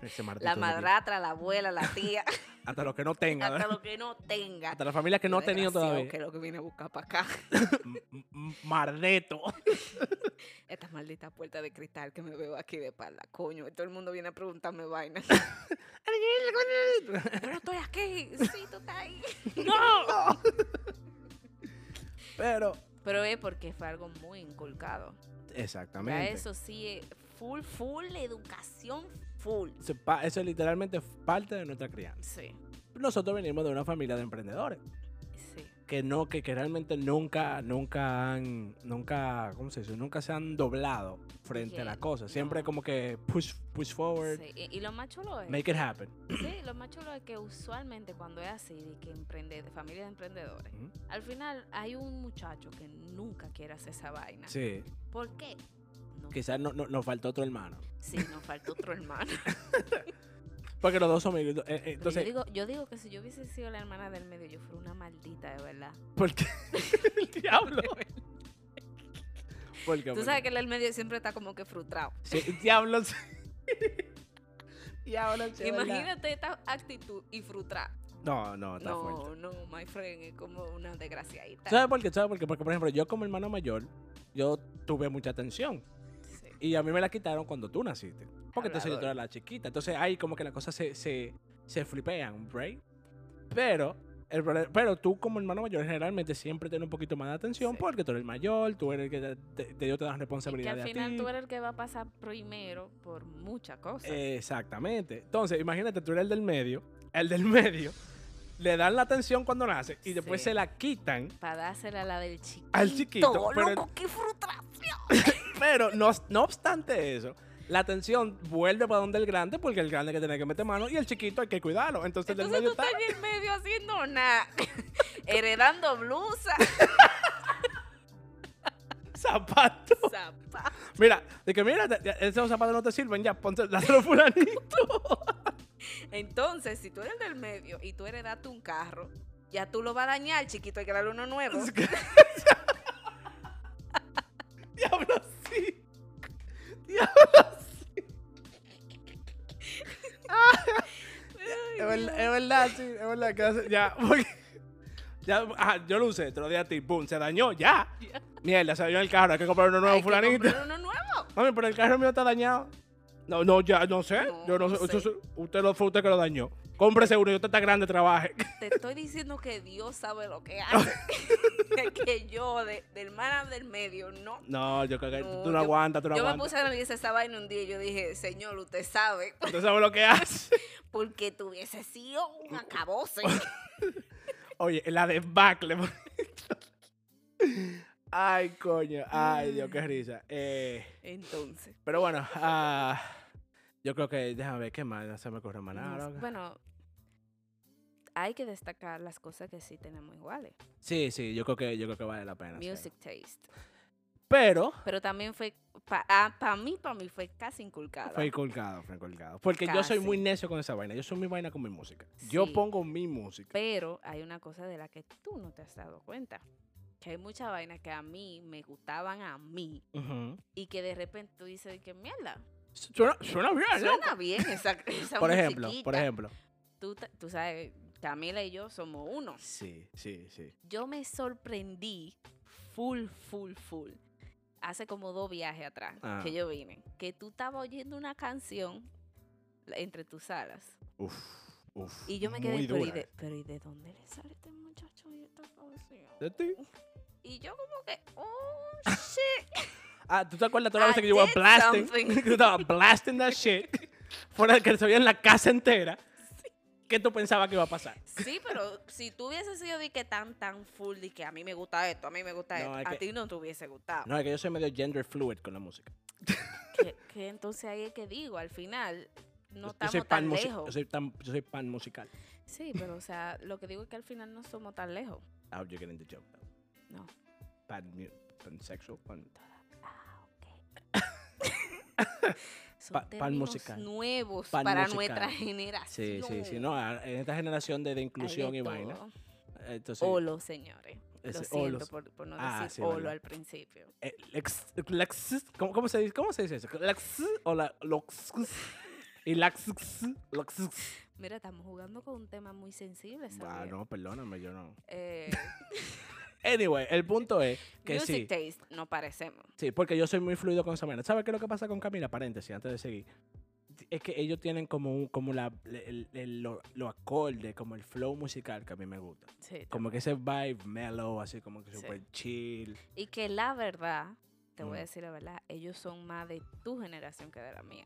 S1: Ese martes
S2: la
S1: todo el día.
S2: madrastra, la abuela, la tía,
S1: Hasta los que no tengan.
S2: hasta
S1: Hasta,
S2: lo que no tenga.
S1: las familias que no han
S2: Qué
S1: tenido
S2: desgraciado
S1: todavía.
S2: Que es lo que viene a buscar para acá.
S1: M- m- Mardeto.
S2: Esta maldita puerta de cristal que me veo aquí de espalda, coño. y Todo el mundo viene a preguntarme vainas. Pero estoy aquí. Sí, tú estás ahí.
S1: ¡No! Pero.
S2: Pero es porque fue algo muy inculcado. Ya
S1: Exactamente. Eso.
S2: eso sí es full, full educación, full.
S1: pa- eso es literalmente parte de nuestra crianza.
S2: Sí,
S1: Nosotros venimos de una familia de emprendedores.
S2: sí.
S1: que no, que, que realmente nunca, nunca han, nunca, ¿cómo se dice? Nunca se han doblado frente a
S2: Que
S1: las cosas. Siempre
S2: no.
S1: como que push, push forward,
S2: sí. Y, y lo más chulo es.
S1: make it happen.
S2: Sí, lo más chulo es que usualmente cuando es así, de que emprende, familia de emprendedores,
S1: Ujú.
S2: al final hay un muchacho que nunca quiere hacer esa vaina.
S1: Sí,
S2: ¿Por qué? No
S1: quizás no, no- nos faltó otro hermano.
S2: Sí, nos faltó otro hermano.
S1: Porque los dos son amigos. Eh, eh,
S2: Pero
S1: Entonces,
S2: yo, digo, yo digo que si yo hubiese sido la hermana del medio, yo fuera una maldita, de verdad.
S1: ¿por qué? el diablo. ¿Por qué?
S2: Tú sabes que el del medio siempre está como que frustrado.
S1: diablo. diablo. sí, ¿verdad?
S2: Imagínate esta actitud y frustrada.
S1: No, no, está fuerte.
S2: No, no, my friend, es como una desgraciadita.
S1: ¿Sabes por qué? ¿Sabes por qué? Porque, por ejemplo, yo como hermano mayor, yo tuve mucha atención.
S2: Sí.
S1: Y a mí me la quitaron cuando tú naciste. Porque entonces yo
S2: Hablador.
S1: era la chiquita. Entonces ahí como que las cosas se, se, se flipean, ¿right? Pero, el, prole- pero tú como hermano mayor generalmente siempre tienes un poquito más de atención
S2: Sí.
S1: porque tú eres el mayor, tú eres el que te, te- te- yo te das
S2: Que
S1: responsabilidad
S2: al
S1: a ti.
S2: final tú eres el que va a pasar primero por muchas cosas.
S1: Eh, Exactamente. Entonces, imagínate, tú eres el del medio, el del medio, le dan la atención cuando nace y después
S2: Sí.
S1: se la quitan,
S2: para dársela a la del chiquito.
S1: Al chiquito, pero el-
S2: loco, qué frustración.
S1: pero no, no obstante eso. La atención vuelve para donde el grande, porque el grande que tiene que meter mano y el chiquito hay que cuidarlo. Entonces, el del
S2: Entonces tú
S1: medio está
S2: estás en el medio haciendo nada, heredando blusa,
S1: zapatos.
S2: zapatos.
S1: Mira, de que mira, ya- ya esos zapatos no te sirven, ya ponte dáselo a fulanito.
S2: Entonces, si tú eres del medio y tú heredaste un carro, ya tú lo vas a dañar, chiquito, hay que darle uno nuevo.
S1: Diablo, sí. Diablo,
S2: Ay,
S1: es verdad, es verdad, sí, es verdad. que hace- ya, porque- ya, ajá, yo lo usé, te lo di a ti, pum, se dañó, ya. Mierda, se dañó el carro, hay que comprar uno nuevo,
S2: hay que
S1: fulanito.
S2: comprar uno nuevo.
S1: Mami, pero el carro mío está dañado. No, no, ya, no sé.
S2: No,
S1: yo no,
S2: no
S1: sé.
S2: sé.
S1: Eso- usted lo fue usted que lo dañó. Cómprese uno y usted está grande, trabaje.
S2: Te estoy diciendo que Dios sabe lo que hace. que yo, de, de hermana del medio, no.
S1: No, yo creo que
S2: No,
S1: tú no
S2: yo-
S1: aguantas, tú no
S2: Yo me
S1: aguantas.
S2: puse a analizar esa vaina un día y yo dije, Señor, usted sabe,
S1: Usted sabe lo que hace.
S2: porque tuviese sido un acabose.
S1: Oye, la debacle. Ay, coño. Ay, Dios, qué risa. Eh,
S2: Entonces.
S1: pero bueno, ah, yo creo que, déjame ver qué más, no se me ocurre más nada.
S2: no sé,
S1: loca.
S2: Bueno, hay que destacar las cosas que sí tenemos iguales.
S1: Sí, sí, yo creo que, yo creo que vale la pena. Ah, sí.
S2: Music taste.
S1: Pero
S2: Pero también fue, para mí, para mí fue casi inculcada.
S1: fue inculcado, fue inculcado. Porque yo soy muy
S2: Casi. necio
S1: necio con esa vaina. Yo soy mi vaina con mi música. Yo
S2: Sí.
S1: pongo mi música.
S2: Pero hay una cosa de la que tú no te has dado cuenta. Que hay muchas vainas que a mí me gustaban a mí
S1: Ujú.
S2: y que de repente tú dices, que mierda,
S1: suena, suena bien, ¿no?
S2: suena bien esa, esa
S1: Ah, Por ejemplo, por
S2: musiquita".
S1: ejemplo.
S2: Tú, ta- tú sabes, Camila y yo somos uno.
S1: Sí, sí, sí.
S2: Yo me sorprendí full, full, full. Hace como dos viajes atrás
S1: Ah.
S2: que yo vine. Que tú estabas oyendo una canción la- entre tus alas.
S1: Uf, uf.
S2: Y yo me quedé,
S1: muy
S2: pero ¿y,
S1: dura.
S2: de, pero ¿y de dónde le sale este muchacho y esta canción?
S1: ¿De ti?
S2: Y yo como que, oh, shit.
S1: Ah, ¿tú te acuerdas toda la
S2: I
S1: vez que yo iba
S2: did
S1: blasting?
S2: something.
S1: Que yo estaba blasting that shit. Fuera que se veía en la casa entera. ¿Qué tú pensabas que iba a pasar?
S2: Sí, pero si tú hubieses sido de que tan, tan full, de que a mí me gusta esto, a mí me gusta
S1: No, es
S2: esto, a
S1: que-
S2: ti no te hubiese gustado.
S1: No, es que yo soy medio gender fluid con la música.
S2: Que, que entonces ahí es que digo, al final
S1: yo,
S2: no estamos
S1: soy pan
S2: tan
S1: musi-
S2: lejos.
S1: yo soy tan- yo soy pan musical.
S2: Sí, pero o sea, lo que digo es que al final no somos tan lejos.
S1: I hope you're getting the joke. though.
S2: No.
S1: Pan, mu- pan sexual, pan...
S2: Son
S1: Pa- pan
S2: términos
S1: musical.
S2: nuevos
S1: Pan
S2: para
S1: musical.
S2: nuestra
S1: Sí,
S2: generación.
S1: sí, sí. No, a- en esta generación de, de inclusión y vaina. Entonces,
S2: Olo, señores.
S1: ese- o
S2: Lo siento
S1: los-
S2: por, por no
S1: Ah,
S2: decir
S1: sí,
S2: olo
S1: verdad.
S2: al principio.
S1: eh, lex- lexis- ¿cómo, cómo se dice, ¿Cómo se dice eso? ¿Lex o la, loxus? Y laxus, loxus.
S2: Mira, estamos jugando con un tema muy sensible,
S1: Ah,
S2: ¿sabes?
S1: no, perdóname, yo no.
S2: Eh,
S1: Anyway, el punto es que
S2: music
S1: sí.
S2: taste, no parecemos.
S1: Sí, porque yo soy muy fluido con esa vaina. ¿Sabes qué es lo que pasa con Camila? Paréntesis, antes de seguir. Es que ellos tienen como, un, como la, el, el- lo, lo acorde, como el flow musical que a mí me gusta.
S2: Sí,
S1: Como que ese vibe mellow, así como que
S2: Sí.
S1: super chill.
S2: Y que la verdad, te voy a
S1: Mm.
S2: decir la verdad, ellos son más de tu generación que de la mía.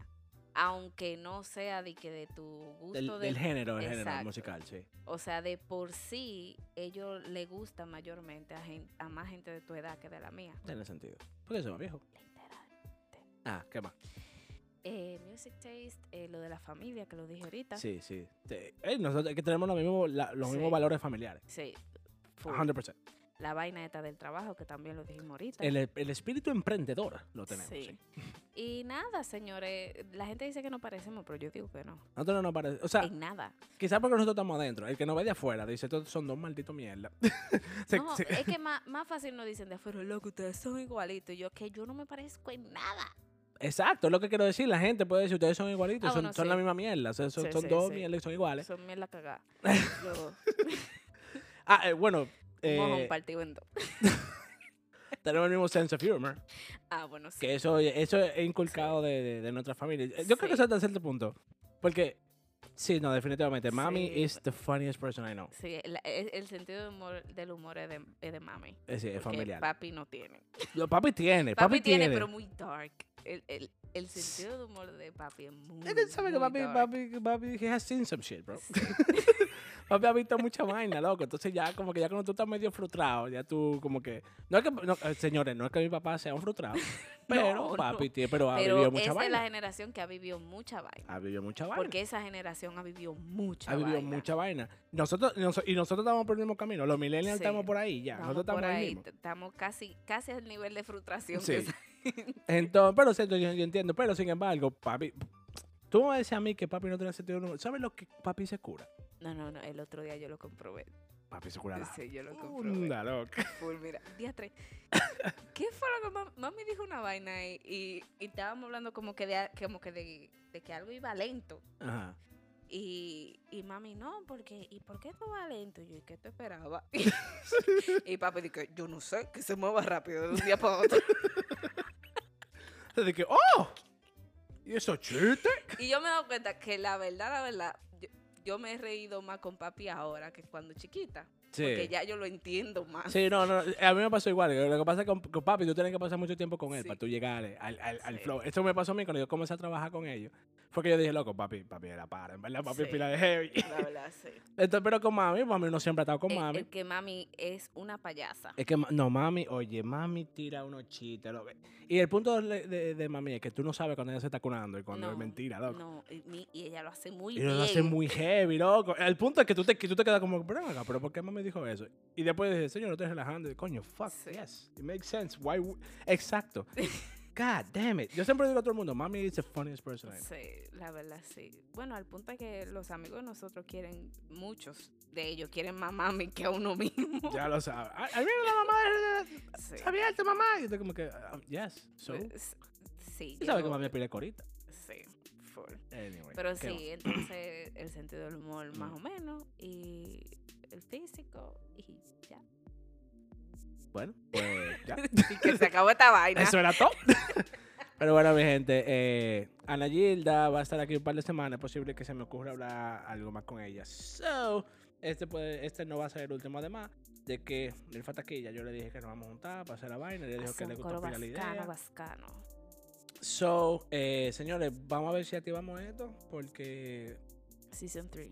S2: Aunque no sea de que de tu
S1: Del,
S2: gusto, de-
S1: del género, del género
S2: Exacto.
S1: musical, sí.
S2: o sea, de por sí, ellos le gusta mayormente a, gen- a más gente de tu edad que de la mía.
S1: Tiene sentido. Porque soy más viejo. Ah, ¿qué más?
S2: Eh, music taste, eh, lo de la familia, que lo dije ahorita.
S1: Sí, sí. Te- eh, nosotros es que tenemos los mismos, la- los
S2: Sí.
S1: mismos valores familiares.
S2: Sí, full.
S1: 100%.
S2: La vaina esta del trabajo, que también lo dijimos ahorita.
S1: El, el espíritu emprendedor lo tenemos.
S2: Sí.
S1: sí.
S2: Y nada, señores, la gente dice que no parecemos, pero yo digo que no.
S1: Nosotros no nos parece. O sea,
S2: En nada.
S1: Quizás porque nosotros estamos adentro. El que nos ve de afuera dice, todos son dos malditos mierda. Se-
S2: no, eh.
S1: se-
S2: es que más, más fácil nos dicen de afuera, loco, ustedes son igualitos. Y yo, que yo no me parezco en nada.
S1: Exacto, es lo que quiero decir. La gente puede decir, ustedes son igualitos,
S2: Ah,
S1: son,
S2: bueno,
S1: son la
S2: sí.
S1: misma mierda. O sea, son
S2: Sí,
S1: son
S2: sí,
S1: dos
S2: sí.
S1: mierdas y son iguales.
S2: Son mierda cagada. Yo,
S1: Ah, eh, bueno, eh,
S2: mojón partido en dos.
S1: tenemos el mismo sense of humor.
S2: Ah, bueno, sí.
S1: Que eso, eso es inculcado de, de- de nuestra familia. Yo creo que
S2: Sí.
S1: eso hasta cierto punto. Porque, sí, no, definitivamente. Mami
S2: Sí.
S1: is the funniest person I know.
S2: Sí, la- el, el sentido de humor- del humor es de, es de mami.
S1: Es, decir, es
S2: porque
S1: familiar.
S2: papi no tiene.
S1: Lo- Papi tiene,
S2: Papi,
S1: papi,
S2: tiene, pero muy dark. El, el, el sentido de humor de papi es muy,
S1: Es que sabe que
S2: muy
S1: papi,
S2: dark.
S1: papi, papi, he has seen some shit, bro. papi ha visto mucha vaina, loco. Entonces ya como que ya cuando tú estás medio frustrado, ya tú como que... No es que, no, eh, señores, no es que mi papá sea un frustrado, pero
S2: No, no.
S1: papi tiene, pero ha
S2: Pero
S1: vivido
S2: es
S1: mucha
S2: de la
S1: vaina.
S2: generación que ha vivido mucha vaina.
S1: Ha vivido mucha vaina.
S2: Porque esa generación ha vivido mucha
S1: ha vivido
S2: vaina.
S1: mucha vaina. Nosotros, noso- y nosotros estamos por el mismo camino. Los millennials
S2: Sí.
S1: estamos por ahí ya.
S2: Vamos
S1: nosotros estamos
S2: por
S1: ahí,
S2: ahí,
S1: mismo.
S2: t- estamos casi, casi al nivel de frustración
S1: Sí.
S2: que esa
S1: Entonces, pero sí, yo, yo entiendo. Pero sin embargo, papi, tú Tú me vas a decir a mí que papi no tiene sentido del humor. ¿Sabes lo que papi se cura?
S2: No, no, no. El otro día yo lo comprobé.
S1: Papi se cura la
S2: Sí, yo lo comprobé.
S1: funda, loca.
S2: Full, mira, día 3. ¿Qué fue lo que mam- mami, dijo una vaina y, y- y estábamos hablando como que de, a- como que de, de que algo iba lento?
S1: Ajá.
S2: Y, y mami, no, porque ¿y por qué esto va lento? Y yo, ¿y qué te esperaba? y papi dijo, yo no sé, que se mueva rápido de un día para otro.
S1: Entonces, de que, ¡oh! ¿Y eso chiste?
S2: y yo me he dado cuenta que la verdad, la verdad, yo, yo me he reído más con papi ahora que cuando chiquita. Porque ya yo lo entiendo más.
S1: Sí, no, no, a mí me pasó igual. Lo que pasa es que con, con papi tú tienes que pasar mucho tiempo con él
S2: Sí.
S1: para tú llegar al, al- al- al
S2: Sí.
S1: flow. Esto me pasó a mí cuando yo comencé a trabajar con ellos. Fue que yo dije, loco, papi, papi era para, en verdad, papi es
S2: Sí.
S1: pila de heavy.
S2: La verdad, sí.
S1: Entonces, pero con mami, pues, mami no siempre ha estado con
S2: Es-
S1: mami.
S2: es que mami es una payasa.
S1: Es que, ma- no, mami, oye, mami tira unos chistes. loco. Y el punto de, de- de mami es que tú no sabes cuando ella se está cunando y cuando es
S2: No,
S1: mentira, loco.
S2: No, y, mi- y ella lo hace muy
S1: Y
S2: bien.
S1: lo hace muy heavy, loco. El punto es que tú te, que tú te quedas como, pero ven acá, pero ¿por qué mami dijo eso? Y después dices, señor, no estoy relajando. Y, coño, fuck,
S2: Sí.
S1: yes. It makes sense. Why wo- Exacto. God damn it. Yo siempre digo a todo el mundo, mami is the funniest person I know.
S2: Sí, la verdad sí. Bueno, al punto es que los amigos de nosotros quieren, muchos de ellos quieren más mami que a uno mismo.
S1: Ya lo sabes. Ay, ay, mira la mamá, eh, eh,
S2: Sí.
S1: abierta, mamá. Y yo estoy como que, ah, yes. So, tú
S2: Pues, Sí.
S1: sabes que
S2: yo-
S1: mami es pila corita.
S2: Sí, full.
S1: Anyway.
S2: Pero
S1: ¿qué más?
S2: sí, entonces el sentido del humor más
S1: Mm.
S2: o menos y el físico y ya.
S1: Bueno, pues ya.
S2: Y que se acabó esta vaina.
S1: Eso era todo. Pero bueno, mi gente, eh, Ana Gilda va a estar aquí un par de semanas. Es posible que se me ocurra hablar algo más con ella. So, este, puede, este no va a ser el último, además de que el fataquilla, yo le dije que nos vamos a juntar para hacer la vaina. Le dijo
S2: Hace
S1: que
S2: un
S1: le gustó
S2: coro
S1: pila la
S2: vascano,
S1: idea.
S2: vascano.
S1: So, eh, señores, vamos a ver si activamos esto, porque
S2: Season 3.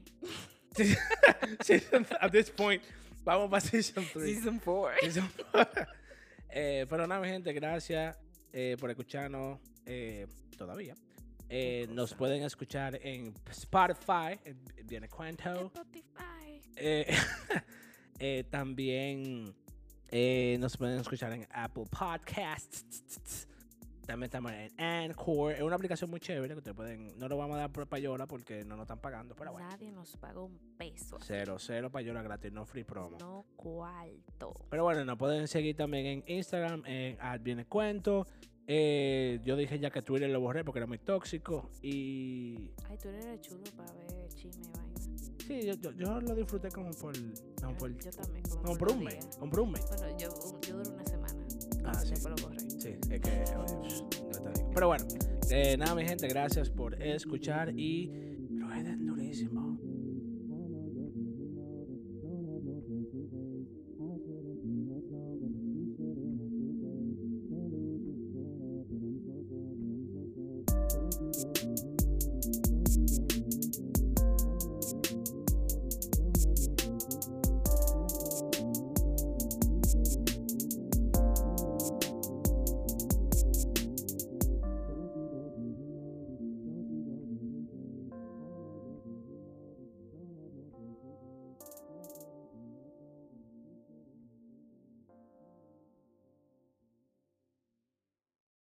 S1: season- at this point, vamos para season 3.
S2: Season 4.
S1: Eso. Eh, pero nada, mi gente, gracias eh, por escucharnos eh, todavía. Eh,
S2: Qué
S1: nos
S2: cosa.
S1: pueden escuchar en Spotify, en Viene Cuento.
S2: Spotify.
S1: Eh, eh, también eh, nos pueden escuchar en Apple Podcasts. También estamos en Anchor. Es una aplicación muy chévere que ustedes pueden. No lo vamos a dar por payola porque no nos están pagando, pero bueno.
S2: Nadie nos paga un peso.
S1: Cero, cero payola gratis, no free promo.
S2: No cuarto.
S1: Pero bueno, nos pueden seguir también en Instagram, en @vienecuento. Eh, yo dije ya que Twitter lo borré porque era muy tóxico. Y
S2: Ay, tú eres chulo para ver chisme y vaina.
S1: sí, yo, yo- yo lo disfruté como por, como por,
S2: yo también. Como
S1: como
S2: por
S1: por
S2: unos
S1: un mes.
S2: días.
S1: Como por un mes.
S2: Bueno, yo, un- yo duré una semana.
S1: Ah, sí.
S2: Después lo borré.
S1: Sí, es que. oye, no te digo. Pero bueno, eh, nada, mi gente, gracias por escuchar y rueden durísimo.